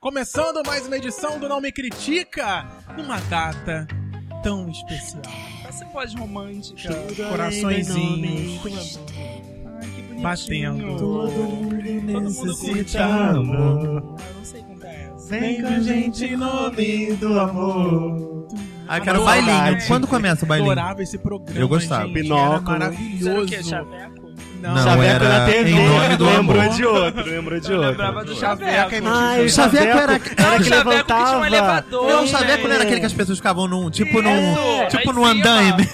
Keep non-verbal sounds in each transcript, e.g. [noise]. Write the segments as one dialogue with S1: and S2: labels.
S1: começando mais uma edição do Não Me Critica, numa data tão especial.
S2: Essa voz romântica.
S1: Coraçõezinhos
S2: Ai, que bonitinho.
S1: batendo.
S2: Todo mundo curte.
S1: necessita amor.
S2: Eu não sei cantar essa.
S3: Vem com gente nome do amor.
S4: Ah, quero
S1: Adorava.
S4: bailinho. Quando começa o bailinho?
S1: Adorava esse programa.
S4: Eu gostava.
S1: gente, era
S2: Isso era
S3: Binóculo.
S2: o
S1: maravilhoso.
S2: quê? é Chaveco?
S1: Não,
S4: Não,
S1: Xaveco
S4: era
S3: na TV.
S4: Em Nome do
S3: lembrou
S4: Amor.
S3: de outro, lembrou de
S2: Eu
S3: outro.
S2: lembrava do
S1: Xaveco é
S2: Chaveco.
S1: muito
S3: Ai, o
S4: Xaveco era-
S2: Não,
S3: era
S2: o
S3: que
S2: Chaveco que tinha um
S3: levantava.
S2: elevador.
S4: Não, o
S2: gente.
S4: Xaveco não era aquele que as pessoas ficavam num. Tipo num.
S2: Isso, lá
S4: Tipo
S2: em
S4: num
S2: cima.
S4: andaime.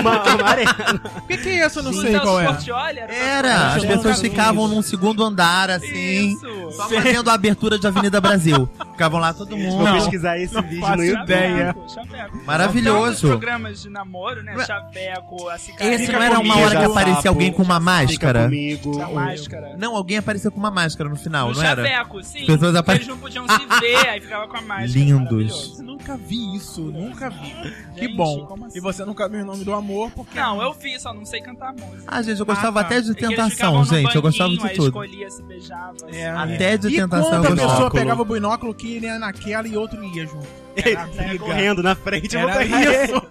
S3: Uma, uma arena.
S1: O que, que é isso? Eu não
S2: Então,
S1: sei qual é.
S2: Sportioli
S4: Era! As
S3: Xaveco
S4: pessoas
S3: era
S4: ficavam
S3: isso.
S4: num segundo andar, assim.
S2: Isso.
S4: Só fazendo a abertura de Avenida Brasil. Ficavam lá todo
S3: Vou
S4: mundo.
S3: pesquisar esse vídeo
S1: faço
S3: no YouTube.
S1: ideia.
S2: Chaveco, Chaveco. Tantos
S4: Maravilhoso. é.
S2: programas de namoro, né? Chaveco, a cicatriz.
S4: Esse não era uma
S3: comigo,
S4: hora que
S3: sapo.
S4: aparecia alguém com uma
S3: Fica
S4: máscara?
S3: comigo. um
S2: A máscara.
S4: Não, alguém apareceu com uma máscara no final,
S2: no
S4: não era?
S2: Chaveco, sim.
S4: Pessoas apare-
S2: Eles não podiam se ver, aí ficava com a máscara.
S4: Lindos.
S2: maravilhoso.
S1: Eu Nunca vi isso, nunca vi. Que
S2: Gente,
S1: bom.
S2: como assim?
S1: E você nunca viu o nome do amor, porque.
S2: Não, eu vi, só não sei cantar música.
S4: Ah, gente, eu gostava
S1: Ah, tá.
S4: até de
S2: É que eles ficavam
S4: tentação,
S2: no
S4: gente. Eu gostava
S2: banquinho,
S4: de
S2: aí
S4: tudo.
S2: escolhia, se beijava.
S1: É.
S2: assim.
S4: Até de
S1: E
S4: tentação eu
S1: quando a pessoa
S4: gostava.
S1: pegava o binóculo que ia naquela e outro ia junto. Era
S2: né?
S3: Ele
S1: briga.
S3: correndo na frente. eu vou
S1: Era
S3: correr.
S1: isso.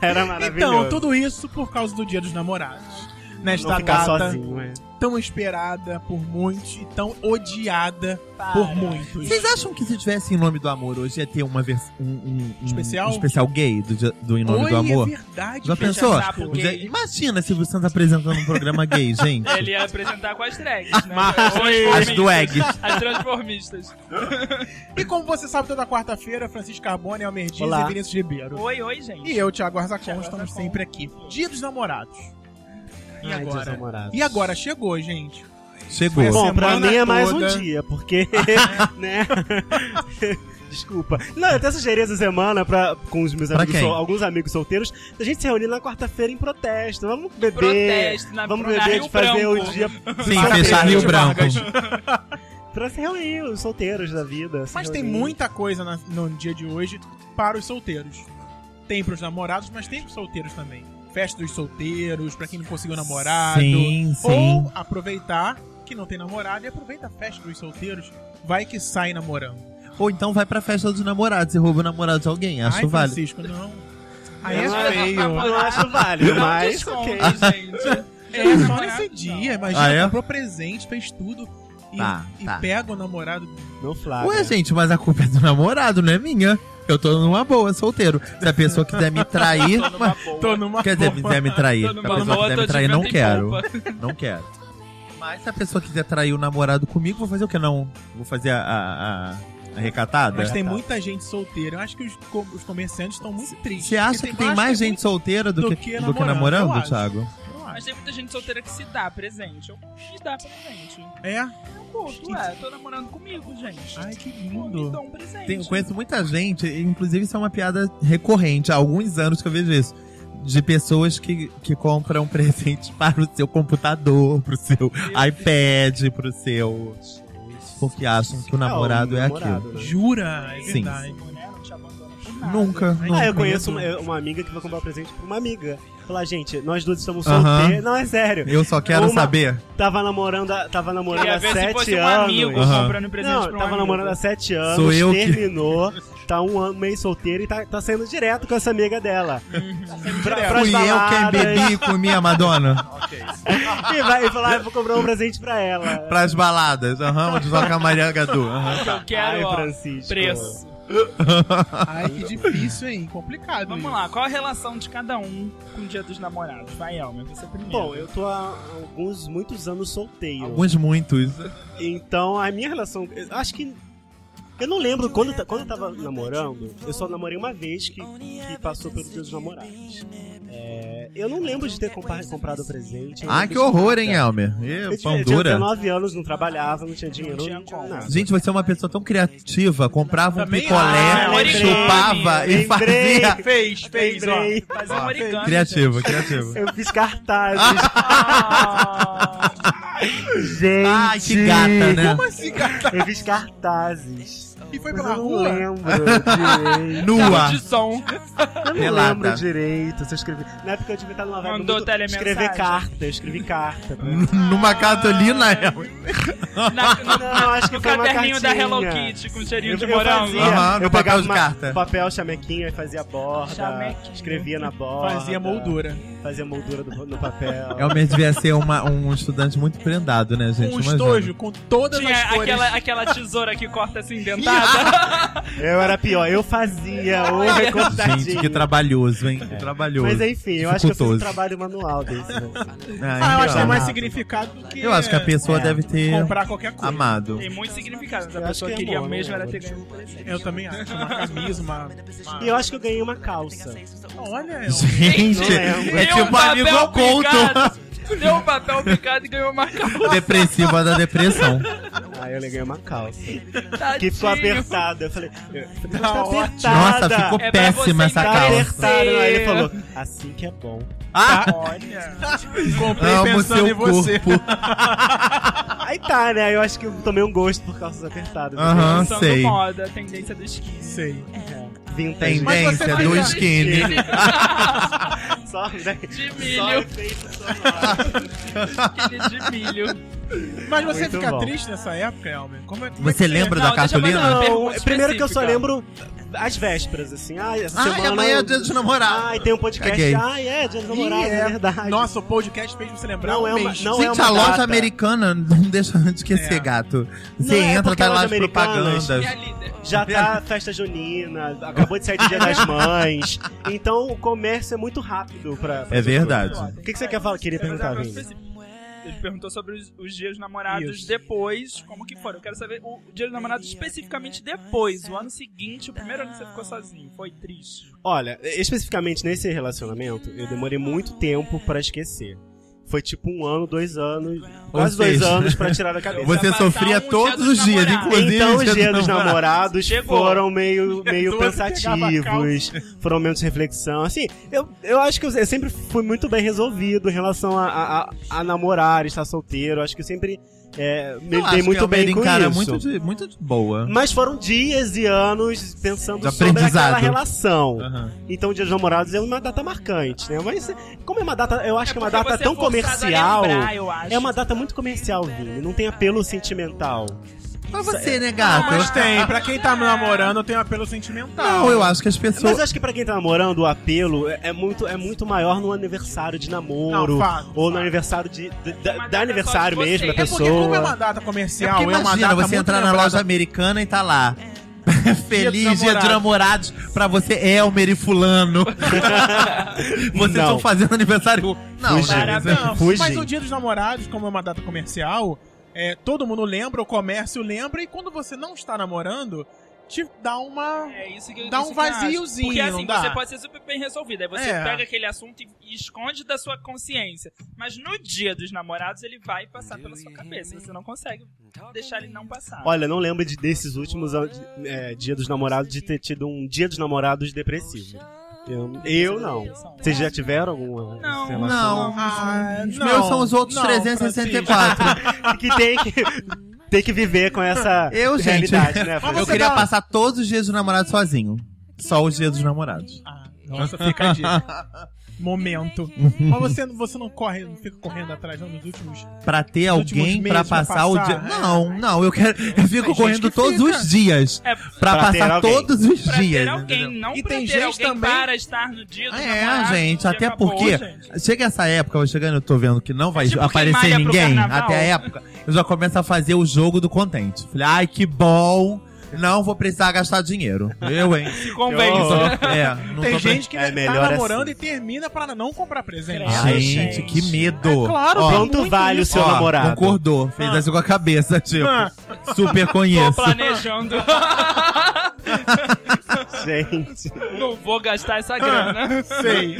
S3: Era maravilhoso.
S1: Então, tudo isso por causa do Dia dos Namorados. Nesta
S3: Não ficar
S1: data
S3: sozinho, é.
S1: tão esperada por muitos e tão odiada
S2: Para.
S1: por muitos.
S4: Vocês acham que se tivesse Em Nome do Amor hoje ia ter uma vers... um, um- um-
S1: Especial?
S4: um especial gay do, dia- do Em Nome
S1: Oi,
S4: do Amor?
S1: é verdade.
S4: Já
S1: gente.
S4: pensou?
S2: sapo
S4: Já-
S2: gay.
S4: Imagina Silvio Santos apresentando um programa
S2: [laughs]
S4: gay, gente.
S2: Ele ia apresentar com as drags, né?
S4: As
S2: As
S4: do Egg.
S2: As transformistas.
S1: E como você sabe, toda quarta-feira, Francisco Carbone, Almerdiz
S3: Olá.
S1: e Vinícius Ribeiro.
S2: Oi, oi, gente.
S1: E eu, Thiago Arzacon,
S2: Thiago
S1: estamos
S2: Arzacon.
S1: sempre aqui. Dia dos Namorados. E
S3: Ai,
S1: agora?
S3: Deus amorado.
S1: E agora chegou, gente.
S4: Chegou.
S1: Foi
S3: Bom, pra
S1: semana
S3: mim é mais
S1: toda.
S3: um dia, porque, [laughs] né? Desculpa. Não, eu até sugeri essa semana pra, com os meus
S4: Pra
S3: amigos,
S4: quem?
S3: sol- alguns amigos solteiros, a gente se reunir na quarta-feira em protesto. Vamos beber.
S2: Protesto na,
S3: Vamos
S2: na
S3: beber
S2: Rio
S3: de fazer
S2: Branco.
S3: o dia
S4: Sim,
S1: Parabéns,
S4: fechar Rio
S1: Jorge
S4: Branco.
S1: Vargas.
S3: pra se reunir, os solteiros da vida. se
S1: Mas tem
S3: reunir.
S1: muita coisa na- no dia de hoje para os solteiros. Tem pros namorados, mas tem pros solteiros também. Festa dos solteiros, pra quem não conseguiu namorado.
S4: Sim, sim.
S1: Ou aproveitar que não tem namorado e aproveita a festa dos solteiros. Vai que sai namorando.
S4: Ou então vai pra festa dos namorados e rouba o namorado de alguém. É, Acho
S1: Ai,
S4: válido.
S1: Francisco, não. Aí é
S3: Eu não-
S1: feio.
S3: Eu não acho válido,
S2: Não
S3: mas.
S2: desconto,
S3: ok.
S2: gente.
S1: É só
S2: namorado,
S1: É nesse
S2: não.
S1: dia. Imagina,
S4: Ah, é?
S1: comprou presente, fez tudo. E,
S4: Tá,
S1: e
S4: tá.
S1: pega o namorado.
S3: Não flagra.
S4: Ué, gente, mas a culpa é do namorado, não é minha. Eu tô numa boa, solteiro. Se a pessoa quiser me
S2: [laughs]
S4: trair.
S2: Tô numa boa.
S1: Tô numa
S4: Quer dizer, é
S1: boa.
S4: quiser me trair. Se
S2: Tô
S4: a
S2: numa
S4: pessoa
S2: boa,
S4: quiser
S2: tô
S4: me
S2: de
S4: trair,
S2: vento
S4: não
S2: em
S4: quero.
S2: polpa.
S4: Não quero. Mas se a pessoa quiser trair o namorado comigo, vou fazer o que não? Vou fazer a, a, a- a recatada?
S1: Mas tem muita gente solteira. Eu acho que os, com- os comerciantes estão muito tristes.
S4: Você acha
S1: Porque
S4: que tem mais gente
S1: é muito-
S4: solteira do,
S1: do que
S4: que, do que
S1: namorando, eu
S4: namorando,
S1: acho.
S4: Thiago?
S1: Eu acho.
S2: Mas tem muita gente solteira que se dá presente. Eu me dá presente.
S1: É?
S2: Eu curto, é. Tô namorando comigo, gente.
S1: Ai, que
S2: Pô, me
S1: lindo.
S2: dá um presente.
S4: Tem, eu conheço muita gente, inclusive isso é uma piada recorrente, há alguns anos que eu vejo isso. De pessoas que, que compram [laughs] presentes para o seu computador, pro seu iPad, pro seu. Porque acham que o namorado é, aquilo.
S3: né?
S1: Jura? É
S4: Sim.
S1: verdade.
S2: Mulher não te abandona por nada.
S4: Nunca, nunca.
S3: Ah, eu conheço uma, uma amiga que vai comprar um presente pra uma amiga. Falar, gente, nós duas estamos
S4: Aham.
S3: solteiros. Não, é sério.
S4: Eu só quero
S3: Uma-
S4: saber.
S3: Tava namorando, há- tava namorando
S2: Queria
S3: há
S2: ver se
S3: sete
S2: fosse um amigo
S3: anos.
S4: Aham.
S2: comprando presente
S3: Não,
S2: pra um
S3: tava
S2: amigo.
S3: namorando assim, há sete anos,
S4: Sou eu que-
S3: terminou, tá um ano meio solteiro e tá, tá saindo direto com essa amiga dela.
S2: Uhum. Tá
S3: pra, pras
S4: Fui eu quem
S3: baladas.
S4: bebi e comi a Madonna
S3: E vai falar, eu vou comprar um presente pra ela.
S4: pras baladas. Aham, onde toca a Maria é Gadu. aham.
S2: Eu quero,
S3: tá. Ai,
S2: ó,
S3: Francisco. Hum.
S2: preço.
S1: Ai, que difícil, hein? Complicado.
S2: Vamos
S1: isso.
S2: lá, qual a relação de cada um com o dia dos namorados? Vai, Elmer, você primeiro.
S3: Bom, eu tô há alguns, muitos anos solteiro.
S4: Alguns muitos.
S3: Então, a minha relação. eu Acho que. Eu não lembro quando, eu ta- quando eu tava namorando, eu só namorei uma vez que, que passou pelo Dia dos Namorados. É, eu não lembro de ter compa- comprado
S1: É
S3: presente. eu não
S4: Ah,
S3: lembro
S4: que
S3: de
S4: horror,
S3: nada.
S4: hein, Elmer?
S3: Eu tinha,
S4: Ih, pão
S3: eu tinha
S4: dura.
S3: 19 anos, não trabalhava, não tinha dinheiro,
S2: Não tinha
S3: não tinha
S2: como.
S3: nada.
S4: Gente, você é uma pessoa tão criativa. Comprava um
S1: Também
S4: picolé,
S1: acho. Ah,
S2: Origami.
S4: chupava e
S3: Lembrei.
S4: fazia.
S1: Fez, fez, ó.
S3: Lembrei.
S2: Fazer um
S4: Ó,
S2: origami.
S4: Criativa,
S2: gente.
S4: criativa.
S3: Eu fiz cartazes.
S2: Ah,
S3: gente.
S4: Ai, que né? gata, né?
S1: Como assim, cara?
S3: Eu fiz cartazes.
S1: E foi
S3: Mas
S1: pela
S3: eu não
S1: rua.
S3: lembro
S1: é
S3: direito.
S4: Nua.
S2: De som.
S3: [laughs] Eu não
S4: Relata.
S3: lembro direito se eu escrevi. Na época eu devia estar numa vibe
S2: Mandou
S3: muito...
S2: telemensagem.
S3: Escrever carta, eu escrevi carta.
S4: Hum. Numa cartolina,
S1: Ah.
S4: é.
S2: Na- no
S3: Não, acho que
S2: no
S3: foi uma
S2: caderninho da Hello
S3: cartinha.
S2: Kitty com cheirinho
S3: Eu,
S2: de
S3: eu
S2: morango.
S3: fazia,
S4: Aham, no
S3: eu
S4: papel
S3: pegava
S4: de
S3: uma- um
S4: carta.
S3: papel chamequinho, aí fazia borda,
S2: Chamequinho.
S3: escrevia na borda.
S1: Fazia moldura.
S3: Fazia moldura do- no papel.
S4: Elmer devia ser uma- um estudante muito prendado, né, gente?
S1: Com um
S4: Imagina.
S1: estojo, com todas
S2: Tinha
S1: as cores.
S2: aquela, aquela tesoura que corta assim
S3: [laughs]
S2: dentada.
S3: Eu era pior, eu fazia o recortadinho.
S4: Gente, que tá trabalhoso, hein?
S1: É.
S4: Que trabalhoso.
S3: Mas enfim,
S4: é
S3: eu acho que eu fiz um
S4: Dificultoso.
S3: trabalho manual desse. né?
S1: Ah, eu acho que é
S4: então.
S1: mais
S3: Renato.
S1: significado do que...
S4: Eu acho que a pessoa
S3: É.
S4: deve ter
S1: Comprar qualquer coisa.
S4: amado.
S2: Tem muito significado, mas
S3: Eu
S2: a
S3: acho
S2: pessoa
S3: que é
S2: queria
S3: bom,
S2: mesmo
S3: né?
S2: era ter ganho um presente.
S1: Eu também acho. Uma camisa, uma... uma-
S3: E eu acho que eu ganhei uma calça.
S1: Olha,
S4: Gente,
S3: lembro.
S2: Deu
S4: é tipo um amigo
S2: papel
S4: ao
S2: picado.
S4: conto.
S2: Deu um papel picado e ganhou uma calça.
S4: Depressiva da
S1: [laughs]
S4: depressão.
S3: Ah, eu ganhei uma calça. Que
S2: Tadinho.
S3: ficou apertada. Eu falei, eu falei, mas tá
S1: ótimo.
S3: apertada.
S4: Nossa, ficou
S2: É pra
S4: péssima
S2: você
S4: essa
S3: Tá
S4: calça.
S3: apertada. Aí ele falou, assim que é bom.
S4: Ah,
S1: tá, [laughs] Olha. Comprei
S4: amo
S1: pensando em
S4: seu corpo.
S1: você.
S3: Aí tá, né? Eu acho que eu tomei um gosto por calças apertadas. né?
S4: Aham.
S2: Lançando
S4: Ah, sei.
S2: é moda, tendência do skin.
S1: Sei. É.
S3: Vintage.
S4: Tendência
S1: Mas
S4: é do
S1: você
S4: né? skinny.
S3: [laughs]
S4: [laughs]
S3: Só, né?
S2: De
S3: Só
S2: milho,
S3: efeito
S4: [laughs]
S3: sonoro.
S2: skin de milho.
S1: Mas você
S3: Muito
S1: fica
S3: bom.
S1: triste nessa época, Elmer? Como é, como é
S4: Você
S1: que
S4: lembra
S2: Não,
S4: da
S2: deixa eu mandar
S4: cartolina?
S2: uma
S3: Não,
S2: pergunta
S3: primeiro que eu só
S2: específica.
S3: lembro as vésperas, assim. Ah, essa
S4: Ai,
S3: semana...
S4: amanhã é dia dos namorados.
S3: Ai, tem um podcast.
S4: Caguei.
S3: Ai, é, dia dos namorados,
S1: Ih,
S3: é.
S1: é.
S3: verdade.
S1: Nossa, o podcast fez você lembrar
S3: Não
S1: um
S3: é uma-
S1: mês.
S3: não é
S4: Gente,
S3: uma
S4: a loja
S3: data.
S4: americana [laughs] não deixa de esquecer,
S1: É.
S4: gato. Você
S3: Não é
S4: entra,
S3: porque
S4: tá
S3: a
S4: lá
S3: loja
S4: as
S3: americana-
S4: propagandas.
S2: Minha líder.
S3: Já tá festa junina, acabou de sair do Dia
S4: [laughs]
S3: das Mães. Então o comércio é muito rápido pra. pra
S4: É
S3: tudo.
S4: verdade.
S3: O que, que você quer falar? Queria
S2: Eu quero
S3: perguntar,
S2: saber
S3: Vini.
S2: específico. Ele perguntou sobre os, os dias dos namorados
S1: Isso.
S2: depois, como que foram. Eu quero saber o dia dos namorados especificamente depois, o ano seguinte, o primeiro ano que você ficou sozinho. Foi triste.
S3: Olha, especificamente nesse relacionamento, eu demorei muito tempo pra esquecer. Foi tipo um ano, dois anos, quase dois
S4: seja,
S3: anos pra tirar da
S4: [laughs]
S3: cabeça.
S4: Você
S2: passar
S4: sofria
S2: um dia
S4: todos
S2: dos
S4: os dias,
S2: namorados.
S4: inclusive tá
S3: então
S4: o
S3: os
S4: dia
S3: dias
S4: dos
S3: dos
S4: namorados.
S3: namorados
S2: Chegou.
S3: foram meio, meio
S1: Doze pegava a
S3: pensativos, foram momentos de reflexão. Assim, eu, eu acho que eu, eu sempre fui muito bem resolvido em relação a, a, a- a namorar, estar solteiro. Eu Acho que eu sempre é, me
S4: Eu acho
S3: dei
S4: que
S3: muito
S4: a
S3: bem
S4: Almeida
S3: com
S4: encara
S3: isso.
S4: um muito de, muito de boa.
S3: Mas foram dias e anos pensando
S4: De
S3: sobre aquela
S4: aprendizado.
S3: relação.
S4: Aham.
S3: Então, o Dia dos Namorados é uma data marcante, né? Mas como é uma data, eu acho que é uma
S2: porque
S3: data
S2: você
S3: tão
S2: forçado a
S3: comercial.
S2: lembrar, eu acho.
S3: É uma data muito comercial, Vini. Não tem apelo sentimental.
S4: Pra você, né, gato?
S1: Mas tem, pra quem tá me namorando, tem um apelo sentimental.
S4: Não, eu acho que as pessoas.
S3: Mas eu acho que pra quem tá namorando, o apelo é, é muito, é muito maior no aniversário de namoro.
S1: Não, fato,
S3: ou
S1: fato.
S3: no aniversário de. de- da,
S2: Uma
S3: da
S2: data
S3: aniversário
S2: só de
S3: mesmo, da
S2: vocês.
S1: É porque como é
S3: pessoa.
S1: uma data comercial,
S4: Porque
S1: é, uma
S4: imagina
S1: data
S4: você
S1: muito
S4: entrar na
S1: lembrada.
S4: loja americana e tá lá. [laughs] Feliz dia
S1: dos
S4: de namorados pra você, Elmer e [laughs] Fulano. Vocês
S3: Não.
S4: estão fazendo aniversário. Não,
S3: Fugiu.
S4: né?
S1: Parabéns.
S4: Isso é-
S3: Fugiu.
S1: Mas o Dia dos Namorados, como é uma data comercial, é, todo mundo lembra, o comércio lembra, e quando você não está namorando, te dá uma.
S2: É isso que eu
S1: Dá
S2: isso
S1: um
S2: que eu acho.
S1: vaziozinho,
S2: Porque assim,
S1: não dá?
S2: você pode ser super bem resolvido. Aí você
S1: É.
S2: pega aquele assunto e esconde da sua consciência. Mas no dia dos namorados, ele vai passar pela sua cabeça. Você não consegue deixar ele não passar.
S3: Olha, não lembro de, desses últimos anos de- é, Dia dos Namorados de ter tido um Dia dos Namorados depressivo. Eu, eu não. Vocês já tiveram alguma
S2: Não.
S3: relação?
S4: Não.
S1: Ah,
S4: Os meus são os outros
S1: não,
S4: 364.
S3: que tem que, tem que viver com essa
S4: [laughs] Eu, gente.
S3: realidade,
S4: [laughs]
S3: né?
S1: Mas
S4: eu
S1: você
S4: queria
S1: dá-
S4: passar todos os dias do namorado sozinho. Só os dias dos namorados.
S1: Ah, nossa, fica
S4: [laughs]
S1: a dica. Momento. Mas você, você não corre, não fica correndo atrás não, nos últimos.
S4: Pra ter
S1: últimos
S4: alguém
S1: meses
S4: pra
S1: pra
S4: passar É. o
S1: passar,
S4: dia.
S1: né?
S4: Não, não, eu quero. Eu fico
S1: gente
S4: correndo
S1: que
S4: todos
S1: fica.
S4: os dias.
S2: É,
S4: Pra,
S3: Pra ter
S4: passar
S3: alguém.
S4: todos os
S2: pra
S4: dias.
S2: ter alguém,
S4: entendeu?
S2: não
S1: E
S2: pra
S1: tem
S2: ter
S1: gente
S2: alguém
S1: também-
S2: para estar no dia dos
S4: É,
S2: namorados,
S4: gente,
S2: dia
S4: até
S2: acabou,
S4: porque
S2: gente.
S4: chega essa época, eu chegando, eu tô vendo que não vai
S2: É tipo quem
S4: aparecer
S2: malha pro
S4: ninguém.
S2: carnaval.
S4: Até a época, eu já começo a fazer o jogo do contente. Falei, ai, que bom, não vou precisar gastar dinheiro.
S1: [laughs]
S4: Eu, hein?
S2: Se convence.
S3: Eu-
S4: É, não
S1: Tem
S4: tô
S1: gente que
S3: É
S1: tá
S3: melhor
S1: namorando
S3: assim.
S1: e termina pra não comprar presente.
S2: Credo.
S4: Ai,
S2: gente.
S4: gente, que medo.
S1: É claro,
S4: Ó,
S1: tem
S3: Pronto
S1: muito
S3: vale o
S1: isso.
S3: seu
S4: ó,
S3: namorado.
S4: Concordou, fez
S1: Ah.
S4: assim com a cabeça, tipo. Super
S2: Tô
S4: conheço.
S2: planejando.
S3: Gente.
S2: não vou
S4: Ah,
S2: gastar essa grana.
S1: Sei.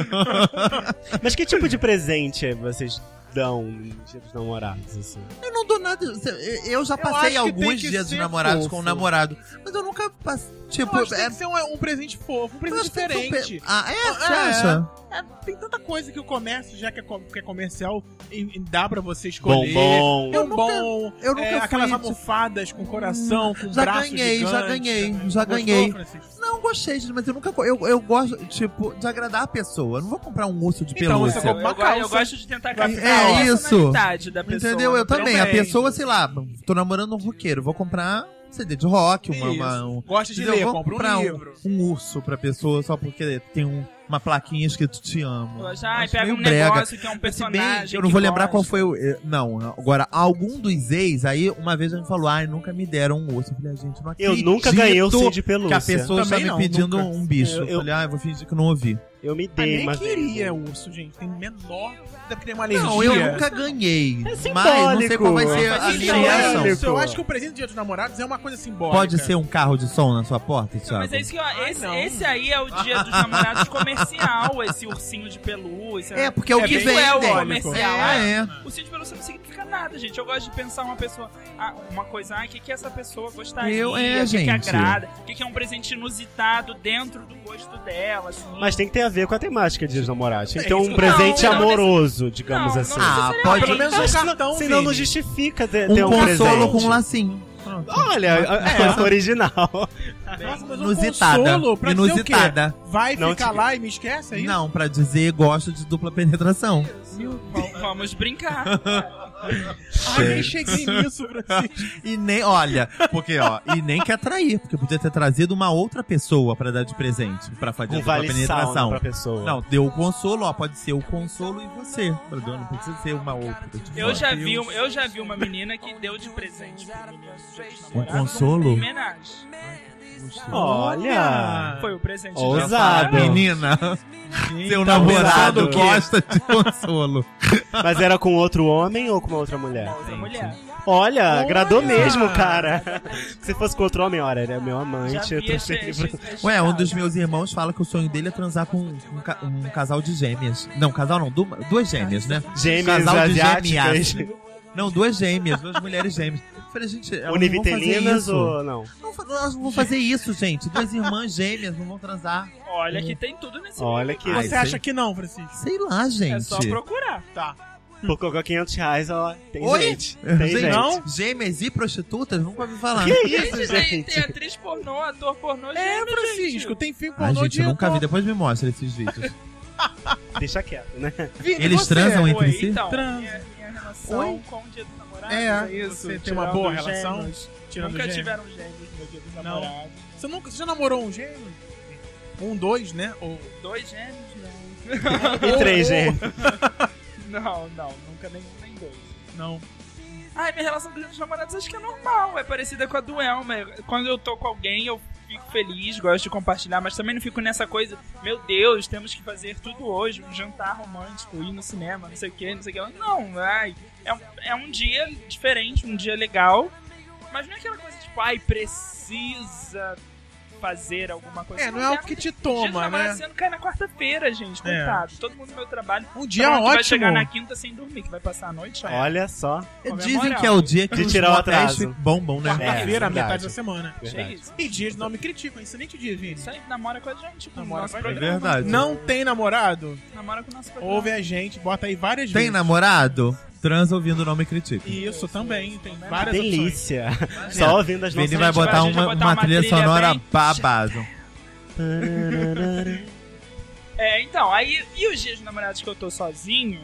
S3: Mas que tipo de presente vocês dão no dia dos namorados, assim.
S4: [laughs] Eu não dou nada. Eu já
S1: Eu acho
S4: passei
S1: que tem
S4: alguns
S1: que
S4: dias de
S1: ser
S4: namorados
S1: fofo.
S4: com o namorado. Mas eu nunca passei. Tipo,
S1: Eu acho que
S4: é.
S1: tem que ser um, um presente fofo, um presente
S4: eu acho que tem que ser um
S1: diferente.
S4: pe- Ah, é?
S1: Ah,
S4: Você
S1: é.
S4: acha?
S1: É, tem tanta coisa que o comércio, já que é, co- que é comercial, e- e dá pra você escolher.
S3: Bombom.
S1: É
S4: Eu
S1: um
S4: nunca-
S1: bom.
S4: eu nunca
S1: é,
S4: fui
S1: aquelas
S4: de- Hum,
S1: almofadas com coração, com
S4: já
S1: braço
S4: ganhei, já
S1: gigante,
S4: ganhei,
S1: né? Gostou,
S4: já ganhei.
S1: Francisco?
S4: Não gostei, gente, mas eu nunca. co- Eu, eu gosto, tipo, de agradar a pessoa. Eu não vou comprar um urso de
S1: Então,
S4: pelúcia.
S1: você
S2: Eu,
S1: uma
S2: eu, go- eu
S1: calça.
S2: gosto de tentar
S1: Vai
S2: captar
S1: ficar
S2: a
S4: ótimo.
S2: personalidade da pessoa.
S4: Entendeu? Eu também. A
S1: também.
S4: pessoa, sei lá, tô namorando um roqueiro, vou comprar CD de rock, uma, uma,
S1: Isso.
S4: um,
S1: Gosta de
S4: entendeu?
S1: ler,
S4: Vou
S1: compra
S4: comprar
S1: um
S4: um-
S1: livro.
S4: um urso pra pessoa só porque tem um- uma plaquinha escrito Te Amo.
S2: Eu acho, ai,
S4: Acho
S2: pega
S4: meio
S2: um
S4: brega.
S2: negócio que é um
S4: Se bem,
S2: personagem.
S4: eu não
S2: que
S4: vou lembrar
S2: gosta.
S4: qual foi o. eh, Não, agora, algum dos ex, aí uma vez já me falou, ai, nunca me deram um urso. Eu falei, gente, não
S3: Eu
S4: acredito
S3: nunca ganhei o sim de
S4: Que
S3: pelúcia.
S4: a pessoa está
S1: Também
S4: me
S1: não,
S4: pedindo
S1: nunca.
S4: um bicho.
S3: Eu-
S4: Eu, falei, ah, eu vou fingir que não ouvi.
S3: Eu me
S1: Ah,
S3: dei,
S1: nem
S3: mas.
S1: queria urso, gente. Tem menor. Deve ter uma alergia.
S4: Não, eu nunca ganhei.
S3: É
S4: mas não sei qual vai
S3: simbólico.
S4: ser a
S1: Mas
S4: minha
S1: então, é
S4: reação.
S1: isso. Eu acho que o presente do Dia dos Namorados é uma coisa simbólica.
S4: Pode ser um carro de som na sua porta,
S2: Não,
S4: Thiago?
S2: mas é isso que eu,
S1: Ai,
S2: esse,
S1: não.
S2: esse aí é o dia dos namorados comercial, esse ursinho de pelúcia.
S4: É, porque é o
S1: É
S4: que
S1: bem
S4: vem.
S1: simbólico.
S2: comercial.
S4: É, é.
S2: O ursinho de pelúcia não significa nada, gente. Eu gosto de pensar uma pessoa, ah, uma coisa, ah, o que, que essa pessoa gostaria,
S4: Eu-
S2: o
S4: é,
S2: que, que
S4: gente.
S2: agrada, o que, que é um presente inusitado dentro do gosto dela, assim.
S3: Mas tem que ter a ver com a temática de Dia dos namorados. Tem que ter
S1: Não,
S3: um
S1: não,
S3: presente
S2: não,
S3: amoroso, digamos
S2: não,
S3: assim.
S2: não.
S4: Ah,
S2: necessariamente.
S4: pode
S1: Pelo menos um
S3: Mas não-
S1: cartão,
S3: Senão não
S1: Vini.
S3: justifica ter
S4: um
S3: ter um
S4: consolo
S3: presente.
S4: com É. um lacinho.
S3: Olha, a- a- original.
S1: Nossa, mas um
S4: Inusitada.
S1: consolo pra dizer o quê?
S4: Inusitada.
S1: Vai
S3: Não
S1: ficar
S3: te-
S1: lá e me esquece, é isso?
S4: Não, pra dizer gosto de dupla penetração.
S2: Vamos- Vamos brincar.
S4: [laughs]
S1: Ai, nem cheguei nisso, Francisco.
S4: E nem, olha, porque ó, e nem quer trair, porque podia ter trazido uma outra pessoa pra dar de presente, pra fazer
S3: Um
S4: dupla
S3: vale sauna
S4: penetração.
S3: pra pessoa.
S4: Não, deu o consolo, ó, pode ser o consolo e você. Entendeu? Não precisa ser uma outra. tipo,
S2: Eu já,
S4: ó,
S2: vi, um- eu já vi uma menina que deu de presente pro menino dos seus
S4: Um
S2: namorados
S4: consolo?
S2: homenagem.
S3: Olha.
S2: Foi o presente
S3: Ousado.
S2: dela.
S4: Menina, seu
S1: Tá
S4: namorado
S1: pensando que-
S4: gosta de consolo.
S3: Mas era com outro homem ou com uma outra mulher?
S2: Uma outra mulher.
S3: Olha, agradou
S1: Olha.
S3: mesmo, cara. Se fosse com outro homem, olha, ele é meu amante.
S2: Já
S3: Eu
S2: vi esse-
S3: trouxe ele pra...
S2: esse- esse
S4: Ué, um
S2: caso.
S4: dos meus irmãos fala que o sonho dele é transar com um, ca- um casal de gêmeas. Não, casal não, du- duas gêmeas, né?
S3: Gêmeas
S4: Casal de
S3: asiáticas.
S4: gêmeas. Não, duas gêmeas, duas mulheres gêmeas. Eu falei, gente, elas não vão fazer
S3: Univitelinas
S4: isso.
S3: ou não?
S4: Não fa- elas não vão fazer isso, gente. Duas irmãs gêmeas não vão transar.
S2: Olha que tem tudo nesse
S3: Olha
S2: mundo.
S3: que
S4: Ai,
S1: Você
S4: sim.
S1: acha que não, Francisco?
S4: Sei lá, gente.
S2: É só procurar. Tá.
S3: por colocar 500 reais, ó, tem
S4: Oi? [laughs]
S3: gente. Tem gente.
S4: Não? Gêmeas e prostitutas? Nunca ouvi falar.
S3: Que isso,
S2: Gente, tem, tem
S3: gente?
S2: atriz pornô, ator pornô,
S1: É,
S2: gêmeo,
S1: Francisco, tem filme
S4: Ai,
S1: pornô
S4: gente,
S1: de
S4: eu nunca vi.
S1: ator.
S4: Depois me mostra esses [laughs] vídeos.
S3: Deixa quieto,
S2: [laughs]
S3: né?
S1: Vini,
S4: Eles
S1: você?
S4: transam
S2: gente.
S4: entre
S2: Oi,
S4: si?
S2: então,
S1: Trans.
S2: minha, minha relação
S4: Oi?
S2: com o dia dos namorados,
S4: É,
S2: isso.
S1: Você tem uma boa relação? Tirando
S2: Nunca
S1: gêmeo.
S2: tiveram gêmeos no dia dos
S1: Não.
S2: namorados.
S1: Você, nunca, você já namorou um gêmeo? Um, dois, né? Ou...
S2: Dois né? gêmeos, não.
S3: E três, gente.
S2: Não, não, nunca nenhum nem dois.
S1: Não.
S2: Ai, minha relação com os meus namorados acho que é normal. É parecida com a do Elma. Quando eu tô com alguém, eu fico feliz, gosto de compartilhar, mas também não fico nessa coisa, meu Deus, temos que fazer tudo hoje, um jantar romântico, ir no cinema, não sei o que, não sei o que. Não, ai, é, um- é um dia diferente, um dia legal, mas não é aquela coisa tipo, ai, precisa fazer alguma coisa.
S1: É, não é algo que te
S2: Dia dos
S1: toma, né?
S2: namorados ano cai na quarta-feira, gente, coitado. Todo mundo no meu trabalho.
S1: Um
S2: Todo
S1: dia
S2: mundo que Vai
S1: ótimo.
S2: chegar na quinta sem dormir, que vai passar a noite. é já era.
S3: Olha só.
S4: Dizem que é o dia que
S3: De
S4: os
S3: tirar o
S4: motéis
S3: atraso.
S4: ficam bombom, né?
S3: É.
S1: Quarta-feira,
S3: verdade.
S1: metade da semana.
S3: Verdade.
S2: Isso.
S1: E dias não me criticam, excelente dia, Vini.
S2: Isso aí, namora com a gente, com
S1: Namora
S2: o nosso
S1: com a
S4: É
S2: programa.
S4: verdade.
S1: Não tem namorado?
S2: Namora com o nosso programa.
S1: Ouve a gente, bota aí várias
S4: Tem
S1: vezes.
S4: namorado? Trans ouvindo o nome critica.
S1: Isso né? também, tem várias opções.
S3: Delícia. Só ouvindo as nossas...
S4: Vini vai
S2: gente vai- a
S4: botar
S2: gente vai
S4: uma,
S2: botar
S4: uma
S2: uma
S4: trilha
S2: trilha
S4: sonora
S2: bem-
S4: babado.
S2: É, então, aí, e os dias de namorados que eu tô sozinho?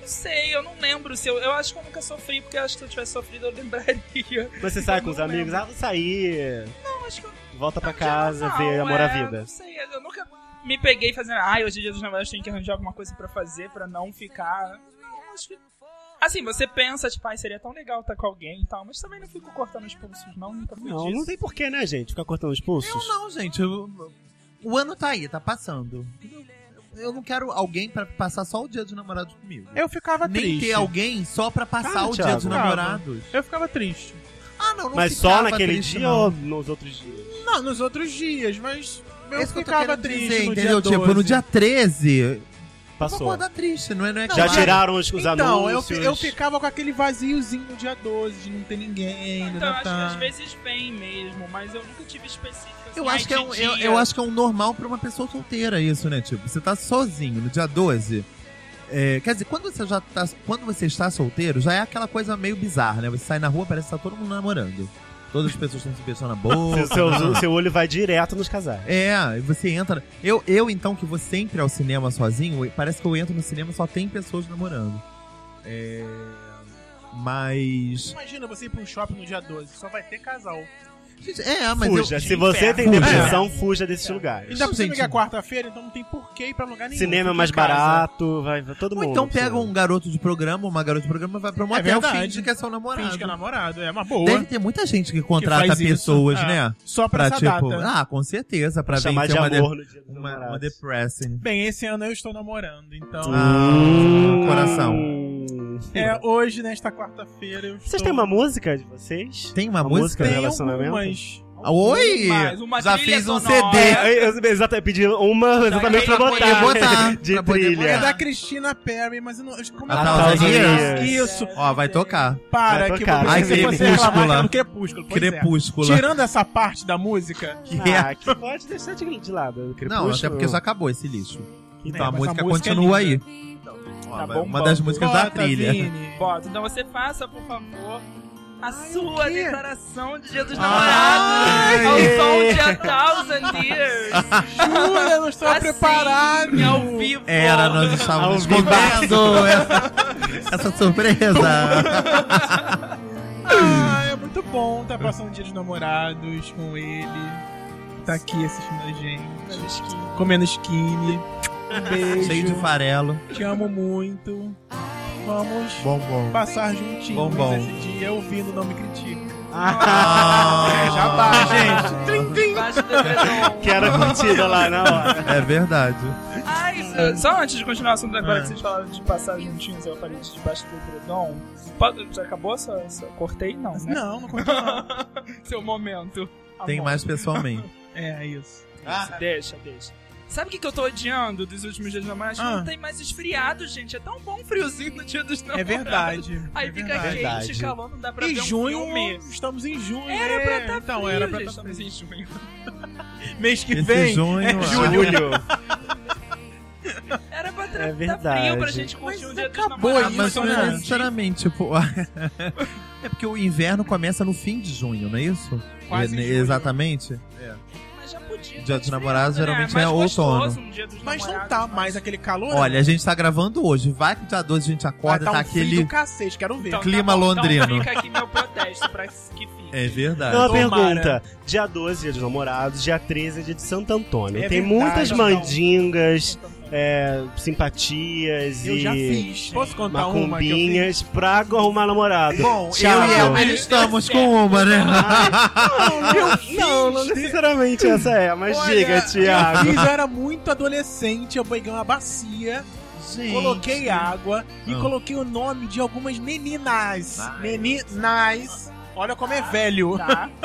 S2: Não sei, eu não lembro se eu. Eu acho que eu nunca sofri, porque eu acho que se eu tivesse sofrido eu lembraria. [laughs]
S3: Mas Você sai com os amigos, ah, vou sair,
S2: Não, acho que eu
S3: volta pra
S2: não
S3: casa,
S2: tinha
S3: ver
S2: noção,
S3: amor à
S2: é,
S3: vida.
S2: Não sei, eu nunca me peguei fazendo. Ai, hoje em dia dos namorados tem que arranjar alguma coisa pra fazer, pra não ficar. Não, acho que. Assim, você pensa, tipo, ai, seria tão legal estar com alguém e tal, mas também não fico cortando os pulsos, não, nunca fui
S3: Não,
S2: disso.
S3: não tem porquê, né, gente? Ficar cortando os pulsos.
S4: Eu não, gente. eu- o ano tá aí, tá passando. Eu não quero alguém pra passar só o dia dos namorados comigo.
S1: Eu ficava
S4: Nem
S1: triste.
S4: ter alguém só pra passar
S3: Cara,
S4: o dia
S3: Thiago.
S4: dos namorados.
S1: Eu ficava triste.
S4: Ah, não, não
S3: Mas só
S4: ficava
S3: naquele
S4: triste,
S3: dia
S4: não.
S3: ou nos outros dias?
S1: Não, nos outros dias, mas eu
S4: Esse que eu tô
S1: ficava
S4: querendo
S1: triste
S4: dizer,
S1: no
S4: entendeu?
S1: dia 12.
S4: Tipo, no dia 13, Vou
S3: Passou.
S4: acordar triste, não é? Não é que
S3: Já
S4: vai.
S3: tiraram os, os
S1: Então, eu,
S3: anúncios.
S1: eu ficava com aquele vaziozinho no dia 12, de não ter ninguém,
S2: Então,
S1: não
S2: acho que às
S1: tá.
S2: vezes vem mesmo, mas eu nunca tive específica. assim,
S4: Eu
S2: ai,
S4: acho, que é um,
S2: dia,
S4: eu, eu acho que é um normal pra uma pessoa solteira isso, né? Tipo, você tá sozinho no dia 12. é, quer dizer, quando você já tá. Quando você está solteiro, já é aquela coisa meio bizarra, né? Você sai na rua, parece que tá todo mundo namorando. Todas as pessoas estão se beijando na boca.
S3: Seu, seu- seu olho vai direto nos casais.
S4: É, e você entra. Eu, eu, então, que vou sempre ao cinema sozinho, parece que eu entro no cinema e só tem pessoas namorando. É. Mas.
S1: Imagina você ir pra um shopping no dia 12, só vai ter casal.
S4: Gente, é, mas. eu-
S3: fuja. Se você tem
S4: Fuja.
S3: depressão, fuja desses
S4: Então,
S3: lugares.
S1: Ainda por cima
S4: gente.
S1: que é quarta-feira, então não tem porquê ir pra lugar nenhum.
S3: Cinema é mais
S1: Fica em casa.
S3: barato, vai, vai todo
S4: Ou
S3: mundo.
S4: então pega um garoto de programa, uma garota de programa, vai pra um
S1: É
S4: hotel,
S1: verdade.
S4: finge que é seu namorado.
S1: Finge que é namorado, é uma boa.
S4: Deve ter muita gente que contrata
S1: faz isso.
S4: pessoas,
S1: Ah,
S4: né?
S1: Só pra,
S4: Pra,
S1: essa
S4: tipo,
S1: data.
S4: ah, com certeza, pra
S3: chamar de
S4: vencer uma, de-
S3: amor no dia dos
S4: uma, uma
S3: namorados.
S4: depressing.
S1: Bem, esse ano eu estou namorando, então.
S4: Ah,
S3: Hum.
S4: coração.
S1: É, hoje, nesta quarta-feira, eu estou...
S3: Vocês têm uma música de vocês?
S4: Tem uma,
S3: Uma
S4: música?
S3: música?
S1: Tem
S3: relacionamento?
S1: algumas.
S4: Ah, Oi!
S2: Mas uma
S4: Já
S2: trilha
S4: fiz um
S2: sonora.
S4: CD.
S3: É, eu, eu- exata- eu pedi uma exatamente pra
S2: pra poder
S3: botar.
S4: botar,
S3: [laughs] De
S4: pra poder
S1: É
S4: botar.
S3: trilha.
S1: da Christina Perry, mas eu não... eu- Como é
S4: Ah,
S1: que
S4: tá,
S1: fala?
S4: os Years.
S1: Isso.
S4: Ó, vai tocar.
S1: Para,
S3: Vai
S1: que
S3: tocar,
S1: eu
S3: vai
S1: pensei que
S3: ver.
S1: você ia reclamar que era no
S4: Crepúsculo.
S1: Crepúsculo. Pois é.
S4: Crepúscula.
S1: Tirando essa parte da música... né,
S4: [laughs] Que é-
S3: Ah, que pode deixar de, de lado.
S4: Não, até
S3: Crepúsculo.
S4: porque já acabou esse lixo. Então
S1: É,
S4: a
S1: mas
S4: música
S1: a música é
S4: continua aí.
S1: linda.
S2: Tá
S4: Ó, vai- uma
S2: bombando.
S4: das músicas da
S1: Bota,
S4: trilha.
S1: Vini.
S2: Bota. Então você faça, por favor, a sua
S1: quê?
S2: declaração de Dia dos
S4: Ai!
S2: Namorados ao som de A
S4: [laughs]
S2: Thousand Years.
S1: Jura, eu não estou
S2: Assim,
S1: preparado.
S2: Ao vivo.
S4: Era, nós
S3: Ao
S4: estávamos
S3: vivo.
S4: escondendo
S1: [laughs]
S4: essa, essa surpresa.
S1: Ah, é muito bom tá passando o dia dos namorados com ele. Tá aqui assistindo a gente. Comendo skinny. Um beijo.
S4: Cheio de farelo.
S1: Te amo muito. Vamos
S4: Bom, bom.
S1: [laughs] passar juntinhos
S4: Bom, bom.
S1: esse dia ouvindo Não Me Critica.
S4: Ah,
S1: Jabá, [laughs] gente.
S2: Baixo do edredom.
S3: Que era curtida lá né, na hora.
S1: [laughs]
S4: É verdade.
S2: Ai, só- só antes de continuar o assunto agora
S1: Ah.
S4: É.
S2: que vocês falaram de passar juntinhos eu falei de debaixo do edredom. Pode- Já acabou? Só, só cortei? Não, né?
S1: Não, não conta não.
S2: [laughs] Seu momento.
S4: Tem
S2: Amor.
S4: mais pessoalmente.
S1: É, isso.
S2: Isso, Deixa, deixa. Sabe o que, que eu tô odiando dos últimos dias de namorados?
S1: Ah.
S2: Não tem mais esfriado, gente. É tão bom um friozinho no dia dos namorados.
S1: É verdade.
S2: Aí
S1: é
S2: fica
S1: verdade.
S4: Verdade.
S2: quente, calor, não dá pra
S1: Em
S2: ver um
S1: junho,
S2: filme.
S1: estamos em junho.
S2: Era
S1: é.
S2: pra tá
S1: Então,
S2: frio,
S1: era pra
S2: gente.
S1: tá
S2: Estamos em junho.
S1: Mês que
S4: Esse
S1: vem.
S4: junho,
S1: é
S4: ah,
S1: julho.
S2: Era pra tá,
S3: É
S2: tá frio pra
S3: verdade.
S2: gente curtir
S1: Mas
S2: o dia dos
S1: acabou
S2: namorados.
S1: isso,
S4: Mas
S2: Então,
S4: não
S1: né?
S4: é necessariamente, tipo. [laughs] é porque o inverno começa no fim de junho, não é isso?
S1: Quase
S4: É,
S1: em
S4: né,
S1: julho.
S4: Exatamente.
S2: Mas já podia.
S4: Dia dos
S2: tá
S4: namorados
S2: esfriando,
S4: geralmente
S2: né?
S4: é
S2: Mais gostoso
S4: outono.
S2: um dia dos
S1: Mas não
S2: namorados,
S1: tá
S2: mas-
S1: mais aquele calor.
S4: Olha, a gente tá gravando hoje. Vai que dia 12 a gente acorda,
S1: Vai tá
S4: tá,
S1: um frio
S4: aquele.
S1: do cacete, quero ver.
S2: Então,
S4: clima
S2: tá bom,
S4: londrino.
S2: Então fica aqui meu protesto pra que fique.
S4: É verdade.
S3: Então, uma
S1: Tomara.
S3: pergunta. Dia 12, dia dos namorados. Dia 13, é dia de Santo Antônio.
S1: É
S3: Tem
S1: verdade,
S3: muitas
S1: não.
S3: mandingas,
S2: Então,
S3: é, simpatias
S1: Eu
S3: e
S1: já fiz. Posso contar uma que eu fiz?
S3: macumbinhas pra arrumar namorado.
S4: Bom,
S3: Tchau.
S4: eu e Elmer estamos com uma, né?
S3: Não, não necessariamente essa é, mas
S1: Olha,
S3: diga, Thiago.
S1: Eu fiz, eu era muito adolescente, eu peguei uma bacia,
S4: Gente. [laughs]
S1: coloquei água e
S4: Ah.
S1: coloquei o nome de algumas meninas.
S4: Nice.
S1: Meninas. Olha como é velho.
S2: Tá,
S1: [laughs]